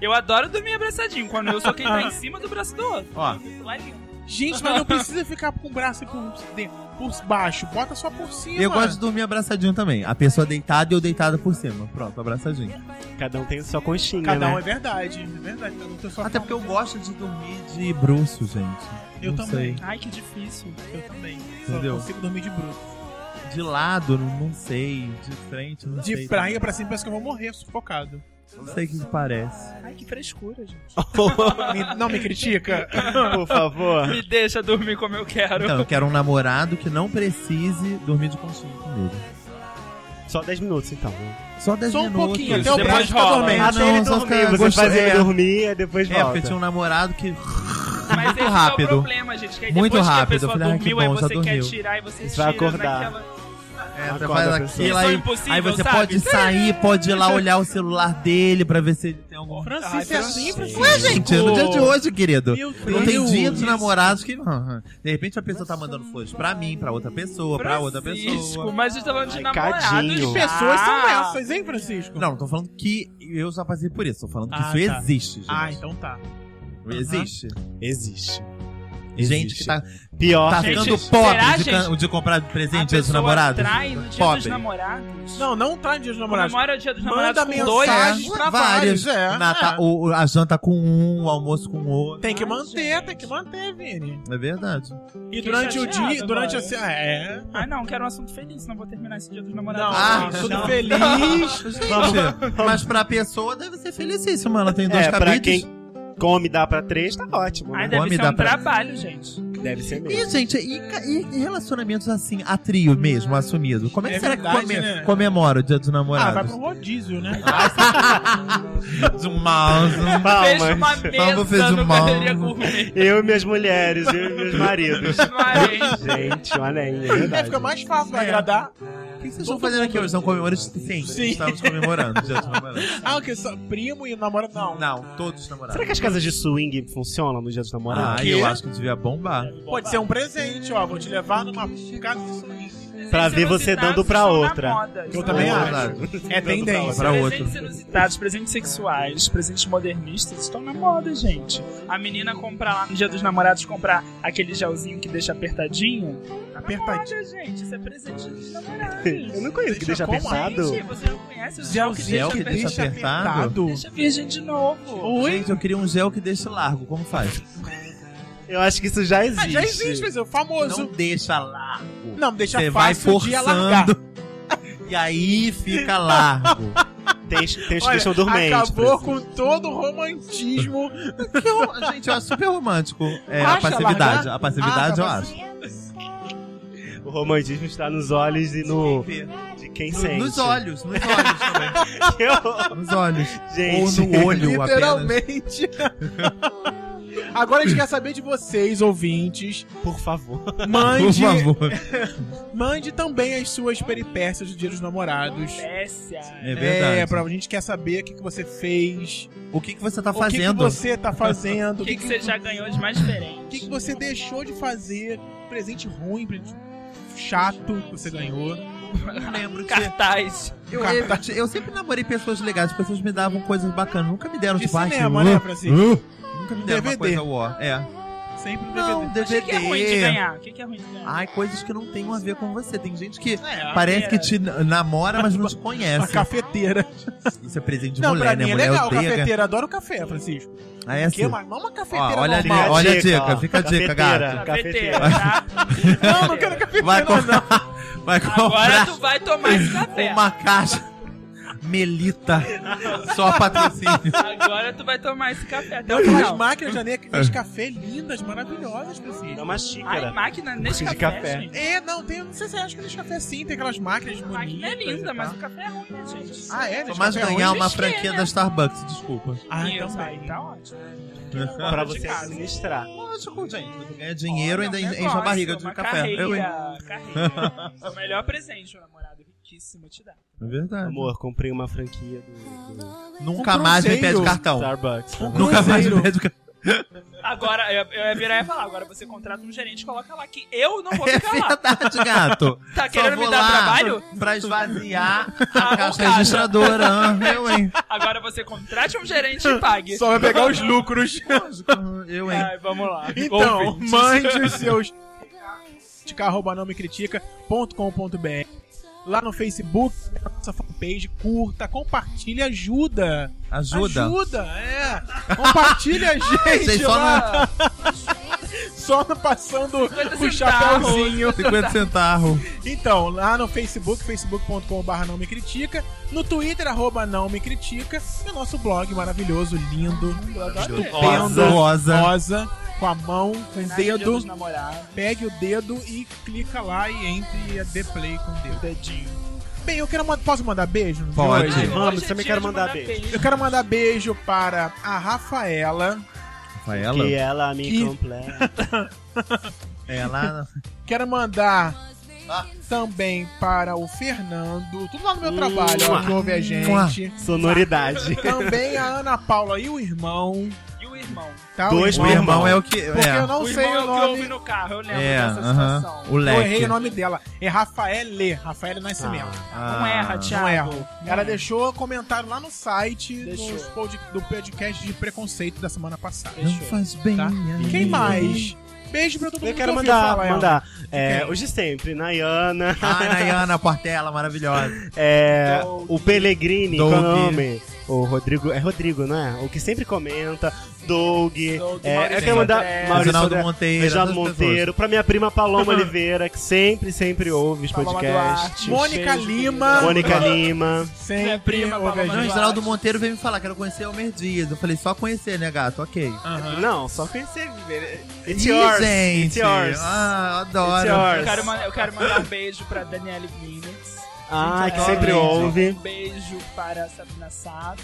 S2: Eu adoro dormir abraçadinho, quando eu sou quem tá em cima do braço do outro.
S4: Ó,
S2: Lá lindo.
S1: Gente, mas não precisa ficar com o braço por, de- por baixo. Bota só por cima.
S4: Eu gosto de dormir abraçadinho também. A pessoa deitada e eu deitada por cima. Pronto, abraçadinho.
S3: Cada um tem sua conchinha,
S1: Cada
S3: né? [laughs]
S1: um é verdade. É verdade. Cada um tem sua forma.
S4: Até porque eu gosto de dormir de bruxo, gente.
S1: Eu
S4: Não
S1: também.
S2: Ai, que difícil.
S1: Eu também.
S4: Entendeu?
S1: Só consigo dormir de bruto.
S4: sei. De lado, não, não sei. De frente, não sei.
S1: De praia pra cima parece que eu vou morrer sufocado.
S4: Não sei o que parece.
S2: Ai, que frescura, gente.
S1: Me- não me
S4: [laughs]
S1: critica?
S3: Por favor.
S2: Me deixa dormir como eu quero.
S4: Então, eu quero um namorado que não precise dormir de conchinha comigo.
S3: Só 10 minutos, então. né?
S4: Só 10
S1: Só um
S4: minutos.
S1: pouquinho, até o
S2: Depois
S1: braço ficar
S2: rola.
S1: dormente.
S4: Ah,
S3: Até
S4: não,
S3: ele
S4: só
S3: dormir,
S4: fica
S3: você
S4: gostoso,
S3: faz ele
S4: é.
S3: dormir e depois
S4: É,
S3: volta.
S4: porque tinha um namorado que.
S2: Mas
S4: muito
S2: esse que é
S4: rápido.
S2: o problema, gente. Que aí
S4: Muito
S2: depois
S4: rápido.
S2: que a pessoa
S4: Eu falei, ai, que
S2: dormiu,
S4: bom,
S2: aí você
S4: já
S2: quer
S4: dormiu.
S2: tirar e você
S3: Você
S2: tira
S3: vai acordar.
S2: naquela...
S4: É, você
S3: Acorda,
S4: faz
S3: pessoa.
S4: aquilo
S2: Missão
S4: aí.
S2: impossível,
S4: Aí você
S2: sabe?
S4: pode sair, pode ir lá olhar o celular dele pra ver se ele tem algum.
S1: Francisco,
S2: Ai,
S1: é assim,
S3: Francisco.
S1: Francisco?
S4: Ué, gente, no dia de hoje, querido.
S1: Meu
S4: Não tem
S1: Deus.
S4: dia dos namorados que. [laughs] De repente a pessoa tá mandando flores pra mim, pra outra pessoa, pra outra
S2: Francisco,
S4: pessoa.
S2: Mas a gente tá falando de
S3: Ai,
S2: namorados.
S3: cadinho.
S1: Que pessoas são
S2: Ah.
S1: essas, hein, Francisco?
S4: Não, não tô falando que eu já passei por isso. Tô falando que
S1: Ah,
S4: isso
S1: tá.
S4: existe, gente.
S1: Ah, então tá.
S4: Existe.
S3: Existe.
S4: Gente que tá,
S3: Pior
S4: tá
S3: que
S2: Gente,
S4: ficando
S2: será,
S4: pobre de,
S2: gente?
S4: can- de comprar
S2: A
S4: presente aos
S2: pessoa
S4: namorados.
S2: trai no dia dos
S4: Pobre.
S2: namorados.
S1: Não, não tá no dia dos namorados.
S2: Comemora o dia dos namorados
S1: Manda
S2: com dois.
S1: mensagem
S4: dois,
S1: pra
S4: vários.
S1: vários. É,
S4: Nata-
S1: é.
S4: o- o- a janta com um, o almoço com outro.
S1: Tem que
S2: Ai,
S1: manter,
S2: gente.
S1: tem que manter, Vini.
S4: É verdade.
S1: E
S2: Fiquei
S1: durante o
S2: chateada
S1: dia, durante a
S2: agora.
S1: se- É.
S2: Ah, não, quero um assunto feliz, senão vou terminar esse dia dos
S1: Não,
S2: namorados.
S4: Ah,
S1: tudo
S4: não.
S1: feliz.
S4: [laughs]
S1: é.
S4: Gente, mas pra pessoa deve ser felicíssima. Ela tem dois
S3: é, pra
S4: cabritos.
S3: quem come dá pra três, tá ótimo.
S2: Ai,
S3: Né?
S2: deve
S4: Come
S2: ser
S4: dá
S2: um
S4: pra-
S2: trabalho, gente.
S3: Deve ser mesmo.
S4: E, gente, e, ca- e relacionamentos assim, a trio mesmo, assumido? Como é que
S1: É
S4: será
S1: verdade,
S4: que come-
S1: né?
S4: comemora o dia dos
S1: Ah, vai
S4: namorados?
S1: pro rodízio, né?
S4: [laughs] de um mouse.
S2: Fez uma
S3: Palmas.
S4: Palma fez
S2: mesa no
S4: uma-
S2: Galeria
S3: [laughs]
S2: Gourmet.
S3: Eu e minhas mulheres, eu e [laughs] meus maridos.
S2: Mas,
S3: Gente, olha aí, é
S1: É,
S3: verdade.
S1: fica mais fácil pra
S4: É.
S1: agradar.
S4: O que vocês estão fazendo aqui hoje? Estão comemorando? Sim,
S1: Sim.
S4: estamos comemorando o dia dos namorados.
S1: Ah, o que? Só primo e namorado? Não.
S4: Não, todos os namorados.
S3: Será que é as casas de swing funcionam no dia dos
S4: Ah,
S3: namorados?
S1: quê?
S4: eu acho que devia bombar.
S1: Pode ser um presente, ó. Vou te levar numa casa de swing.
S3: Pra ver você
S2: inusitados
S3: dando pra
S2: estão na
S3: outra.
S2: moda,
S1: Eu
S2: estão
S1: também
S2: na
S1: acho.
S2: moda.
S1: É tendência.
S4: Pra outro.
S2: presentes inusitados, presentes sexuais, presentes modernistas estão na moda, gente. A menina comprar lá no dia dos namorados, comprar aquele gelzinho que deixa apertadinho. Tá
S1: Apertadinho.
S2: Moda, gente, isso é presente dos namorados.
S3: [laughs] Eu não conheço que deixa
S1: Como?
S3: apertado.
S2: Gente, você não conhece o gel que
S1: Gelzinho
S4: Um Gel
S2: deixa
S4: que
S2: apertado?
S4: deixa apertado?
S2: Deixa virgem de novo.
S1: Oi?
S4: Gente, eu queria um gel que deixe largo. Como faz?
S3: Eu acho que isso já existe.
S1: Ah, já existe, mas é o famoso.
S4: Não deixa largo.
S1: Não, deixa
S4: Você vai
S1: fácil de alargar.
S4: forçando. [laughs] E aí fica largo.
S3: Tem, tem os que
S1: Olha,
S3: deixam dormente.
S1: acabou
S3: por exemplo.
S1: com todo o
S4: [laughs]
S1: romantismo.
S4: Que ro- Então, gente, eu acho super romântico. É, a
S1: Acha
S4: passividade.
S1: largar?
S4: A passividade
S1: Ah,
S4: eu
S1: tá
S4: acho.
S3: O romantismo está nos olhos e no. de quem
S4: No-
S3: sente.
S4: nos olhos, nos
S1: [laughs]
S4: olhos também.
S3: Eu-
S4: Nos olhos.
S3: Gente.
S4: Ou no olho apenas. [laughs]
S1: Literalmente. Agora a gente quer saber de vocês, ouvintes.
S3: Por favor.
S4: Por
S1: Mande,
S4: favor.
S1: mande também as suas peripécias do Dia dos Namorados.
S2: Pécia.
S4: É verdade.
S1: É, pra a gente quer saber o que, que você fez,
S4: O que, que você tá
S1: o que, que
S4: fazendo?
S1: você
S4: [laughs]
S1: tá fazendo,
S2: O
S1: o
S2: que,
S1: que,
S2: que você já ganhou de mais
S1: o que que
S2: diferente?
S1: você deixou de fazer, presente ruim, presente chato que você ganhou.
S4: Eu
S1: [laughs]
S4: lembro
S2: [laughs]
S4: que...
S2: Cartaz.
S4: Eu, eu- eu sempre namorei pessoas legais, pessoas me davam coisas bacanas. Nunca me deram
S1: De
S4: tipo, ai, que
S1: cinema,
S4: uh,
S1: né, Francisco?
S4: uh, Nunca me deram uma
S1: DVD.
S4: coisa uó. É.
S1: Sempre um
S4: Não,
S2: Mas
S4: DVD.
S2: O que, que é ruim de ganhar? O que, que é ruim de ganhar?
S4: Ai, coisas que não tem a ver com você. Tem gente que
S1: É,
S4: parece que
S2: é.
S4: te na- namora, mas não te
S1: uma
S4: conhece.
S1: cafeteira.
S4: Isso é presente de
S1: não,
S4: mulher,
S1: pra
S4: né?
S1: mim é
S4: mulher
S1: legal,
S4: odeia.
S1: cafeteira. Adoro café, Francisco.
S4: Ah, é
S1: Porque,
S4: assim.
S1: mas não uma
S4: Ó,
S1: cafeteira
S4: olha ali,
S1: normal.
S3: Fica a
S4: olha a
S3: dica, ó.
S4: dica, fica a
S3: Cafeteira.
S4: dica, gato.
S2: Cafeteira,
S3: Cafeteira.
S1: [laughs]
S2: tá?
S1: Não, não quero cafeteira,
S4: Vai
S1: não. é
S4: comprar, [laughs] vai
S2: Agora
S4: comprar
S2: tu vai tomar esse café.
S4: uma caixa
S1: [laughs]
S4: Melita. Só patrocínio.
S2: Agora tu vai tomar esse café até
S1: Não,
S2: o
S1: aquelas
S2: final.
S1: máquinas já nem de café lindas, maravilhosas,
S3: Dá
S1: Francisco.
S3: uma
S2: Ai,
S3: xícara.
S2: máquina nesse
S3: De
S2: café,
S3: café.
S2: gente.
S1: É, não, tem, não sei se você acha que nesse café sim, tem aquelas máquinas
S2: A
S1: bonitas.
S2: máquina é linda,
S1: e
S2: mas
S1: tal.
S2: o café é ruim, né, gente?
S1: Ah, é?
S4: tá? Mas
S1: café
S4: ganhar
S1: ruim?
S4: uma
S2: esquema.
S4: franquia
S1: né?
S4: da Starbucks, desculpa.
S1: Ah,
S2: Isso,
S1: então
S2: aí né? tá ótimo.
S4: É.
S3: Pra
S2: de
S3: você
S2: casa.
S3: administrar.
S4: Lógico, gente. Você ganha dinheiro e
S2: Olha,
S4: ainda
S2: um
S4: enche
S2: negócio,
S4: a barriga de
S2: uma
S4: café. É Eu, hein?
S2: Carreira, carreira. É o melhor presente, o namorado riquíssimo te dá.
S4: É verdade.
S3: Amor, comprei uma franquia do, do
S4: Nunca mais me
S1: cruzeiro.
S2: um
S4: pede cartão.
S3: Starbucks.
S1: Um
S4: Nunca mais
S1: cruzeiro.
S4: me pede cartão.
S2: Agora, eu, eu ia virar e ia falar, agora você contrata um gerente e coloca lá que eu não vou
S4: É
S2: ficar lá.
S4: verdade, gato.
S2: [laughs] Tá
S4: Só
S2: querendo
S4: vou
S2: me dar
S4: lá [laughs]
S2: trabalho? [laughs]
S4: Pra esvaziar a
S2: Ah,
S4: caixa
S2: não, cara.
S4: registradora. Ah,
S2: [laughs]
S4: eu, hein?
S2: Agora você contrate um gerente e
S1: [laughs]
S2: pague.
S1: Só vai
S2: [laughs]
S1: pegar os lucros.
S4: Eu, hein?
S2: Ai, vamos lá.
S1: Então,
S2: Ouvintes.
S1: mande os
S2: [laughs]
S1: seus criticar, arroba não me critica.com.br lá no Facebook, na nossa fanpage, curta, compartilha, ajuda.
S4: Ajuda.
S1: Ajuda, é. Compartilha a gente
S4: [laughs] Vocês só
S1: lá,
S4: na
S1: só no passando o
S2: centavos.
S1: chapéuzinho.
S4: 50 centavos.
S1: Então, lá no Facebook, facebook.com.br não me critica, no Twitter, arroba não me critica, e o nosso blog maravilhoso, lindo,
S4: Rosa.
S1: Pendo.
S4: Rosa.
S1: rosa, com a mão, com o
S2: Na Ilha
S1: dedo,
S2: dos namorados.
S1: pegue o dedo e clica lá e entre e é dê play com o dedo. Dedinho. Bem, eu quero mandar. Posso mandar beijo? no dia
S4: Pode.
S1: hoje?
S3: Vamos,
S2: hoje é
S3: também
S2: dia
S3: quero
S2: de
S3: mandar beijo.
S1: Eu quero mandar beijo para a Rafaela.
S4: Rafaela?
S3: Que ela me
S1: Que-
S3: completa.
S4: é
S2: É
S4: Ela.
S1: Quero mandar
S2: Ah.
S1: também para o Fernando. Tudo lá no meu trabalho, ó, que ouve a gente.
S3: Sonoridade.
S1: Também a Ana Paula e o irmão.
S2: E o irmão?
S1: Tá?
S3: Dois
S4: O irmão é o que.
S1: Porque
S4: É.
S1: eu não
S2: o
S1: sei
S2: irmão é
S1: o
S2: o que houve
S1: nome.
S2: no carro, eu lembro
S4: É,
S2: dessa
S4: aham.
S2: situação.
S4: O
S1: Eu errei
S4: leque.
S1: o nome dela. É Rafaele. Rafaele Nascimento.
S4: Ah.
S2: Não erra, Thiago.
S1: Não erro. Ela
S2: é.
S1: deixou comentário lá no site
S2: Deixou.
S1: dos pod- do podcast de preconceito da semana passada.
S4: Não faz bem.
S1: Tá?
S4: a-
S1: Quem mais? Beijo pra todo mundo.
S3: Eu quero
S1: que ouviu
S3: mandar,
S1: falar ela.
S3: mandar. É, hoje sempre, Nayana,
S4: Ai, Nayana Portela, maravilhosa.
S3: é,
S2: Doug.
S3: o Pellegrini,
S4: Doug.
S3: qual é o nome? O Rodrigo, é Rodrigo, não é? O que sempre comenta, Doug.
S2: Doug,
S3: é, eu
S2: Maurício
S3: quero mandar
S2: André.
S3: Maurício
S4: Reginaldo
S3: André,
S4: Monteiro.
S3: Reginaldo
S4: essas pessoas.
S3: Monteiro, pra minha prima Paloma Oliveira, que sempre, sempre ouve os
S2: Paloma
S3: podcasts.
S2: Duarte,
S1: Mônica
S2: beijo,
S1: Lima.
S3: Mônica Lima.
S2: Minha
S1: Sempre
S2: prima,
S1: ouve a
S2: Paloma
S4: Não,
S1: gente.
S4: Reginaldo Monteiro veio me falar, quero conhecer o Almer Dias. Eu falei, só conhecer, né, gato? Ok.
S1: Aham.
S3: Não, só conhecer. né? It's
S4: Ih,
S3: yours.
S4: gente.
S3: It's yours.
S4: Ah,
S3: It's
S4: adoro.
S3: yours.
S2: Eu quero, ma- eu quero mandar um beijo pra Daniele Vinitz.
S3: Ah, que
S4: Adoro,
S3: sempre
S4: gente.
S3: ouve.
S2: Um beijo para Sabrina Sato.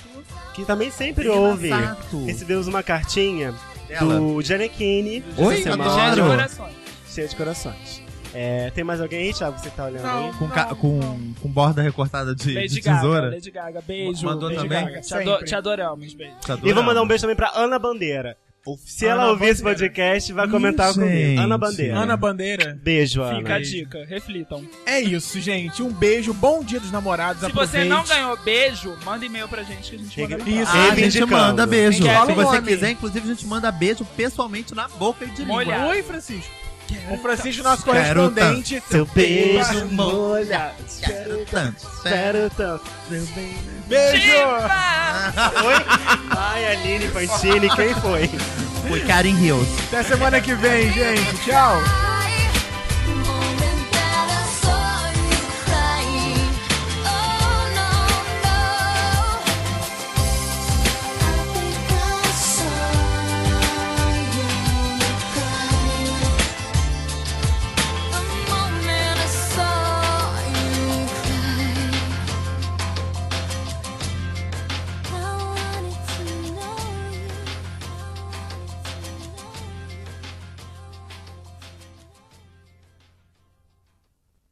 S3: Que também sempre
S4: Regina
S3: ouve.
S4: Sato.
S3: Recebemos uma cartinha
S4: Dela.
S3: do Gianecchini.
S4: Oi,
S3: essa semana.
S2: Cheia de
S4: Adoro.
S2: corações.
S3: Cheia de corações. É, tem mais alguém aí, Thiago? Você que tá olhando
S1: Não.
S3: aí?
S4: Com, ca-
S2: Não,
S4: com- com borda recortada de,
S2: Lady
S4: de
S2: Gaga,
S4: tesoura.
S2: Lady Gaga, beijo.
S4: Mandou
S2: Lady
S4: também?
S2: Gaga. Te,
S1: Sempre.
S2: ado- te adoramos, beijo.
S4: Te
S3: E vou
S4: adorava.
S3: mandar um beijo também pra Ana Bandeira. Se
S1: Ana
S3: ela ouvir esse
S1: Bandeira.
S3: podcast, vai
S4: Ih,
S3: comentar
S4: gente.
S3: comigo. Ana Bandeira.
S1: Ana Bandeira.
S3: Beijo, Ana.
S2: Fica a dica, reflitam.
S1: É isso, gente. Um beijo. Bom dia dos namorados.
S2: Se você
S1: Aproveite.
S2: não ganhou beijo, manda e-mail pra gente que a gente
S3: Chega-
S2: manda.
S1: Isso.
S2: Ah,
S4: Ah, a gente
S3: Reivindicando.
S4: manda beijo.
S1: Gente, fala
S4: Se
S1: o
S4: você
S1: nome.
S4: quiser, inclusive, a gente manda beijo pessoalmente na boca e de língua.
S2: Molhado.
S1: Oi, Francisco. O Francisco, nosso
S4: Garota.
S1: correspondente.
S3: Seu beijo molha.
S4: Quero tanto.
S3: Espero tanto.
S1: Beijo.
S2: Diva!
S3: Oi? Ai, Aline Fantini, quem foi?
S4: Foi Karen Hills.
S1: Até semana que vem, gente. Tchau.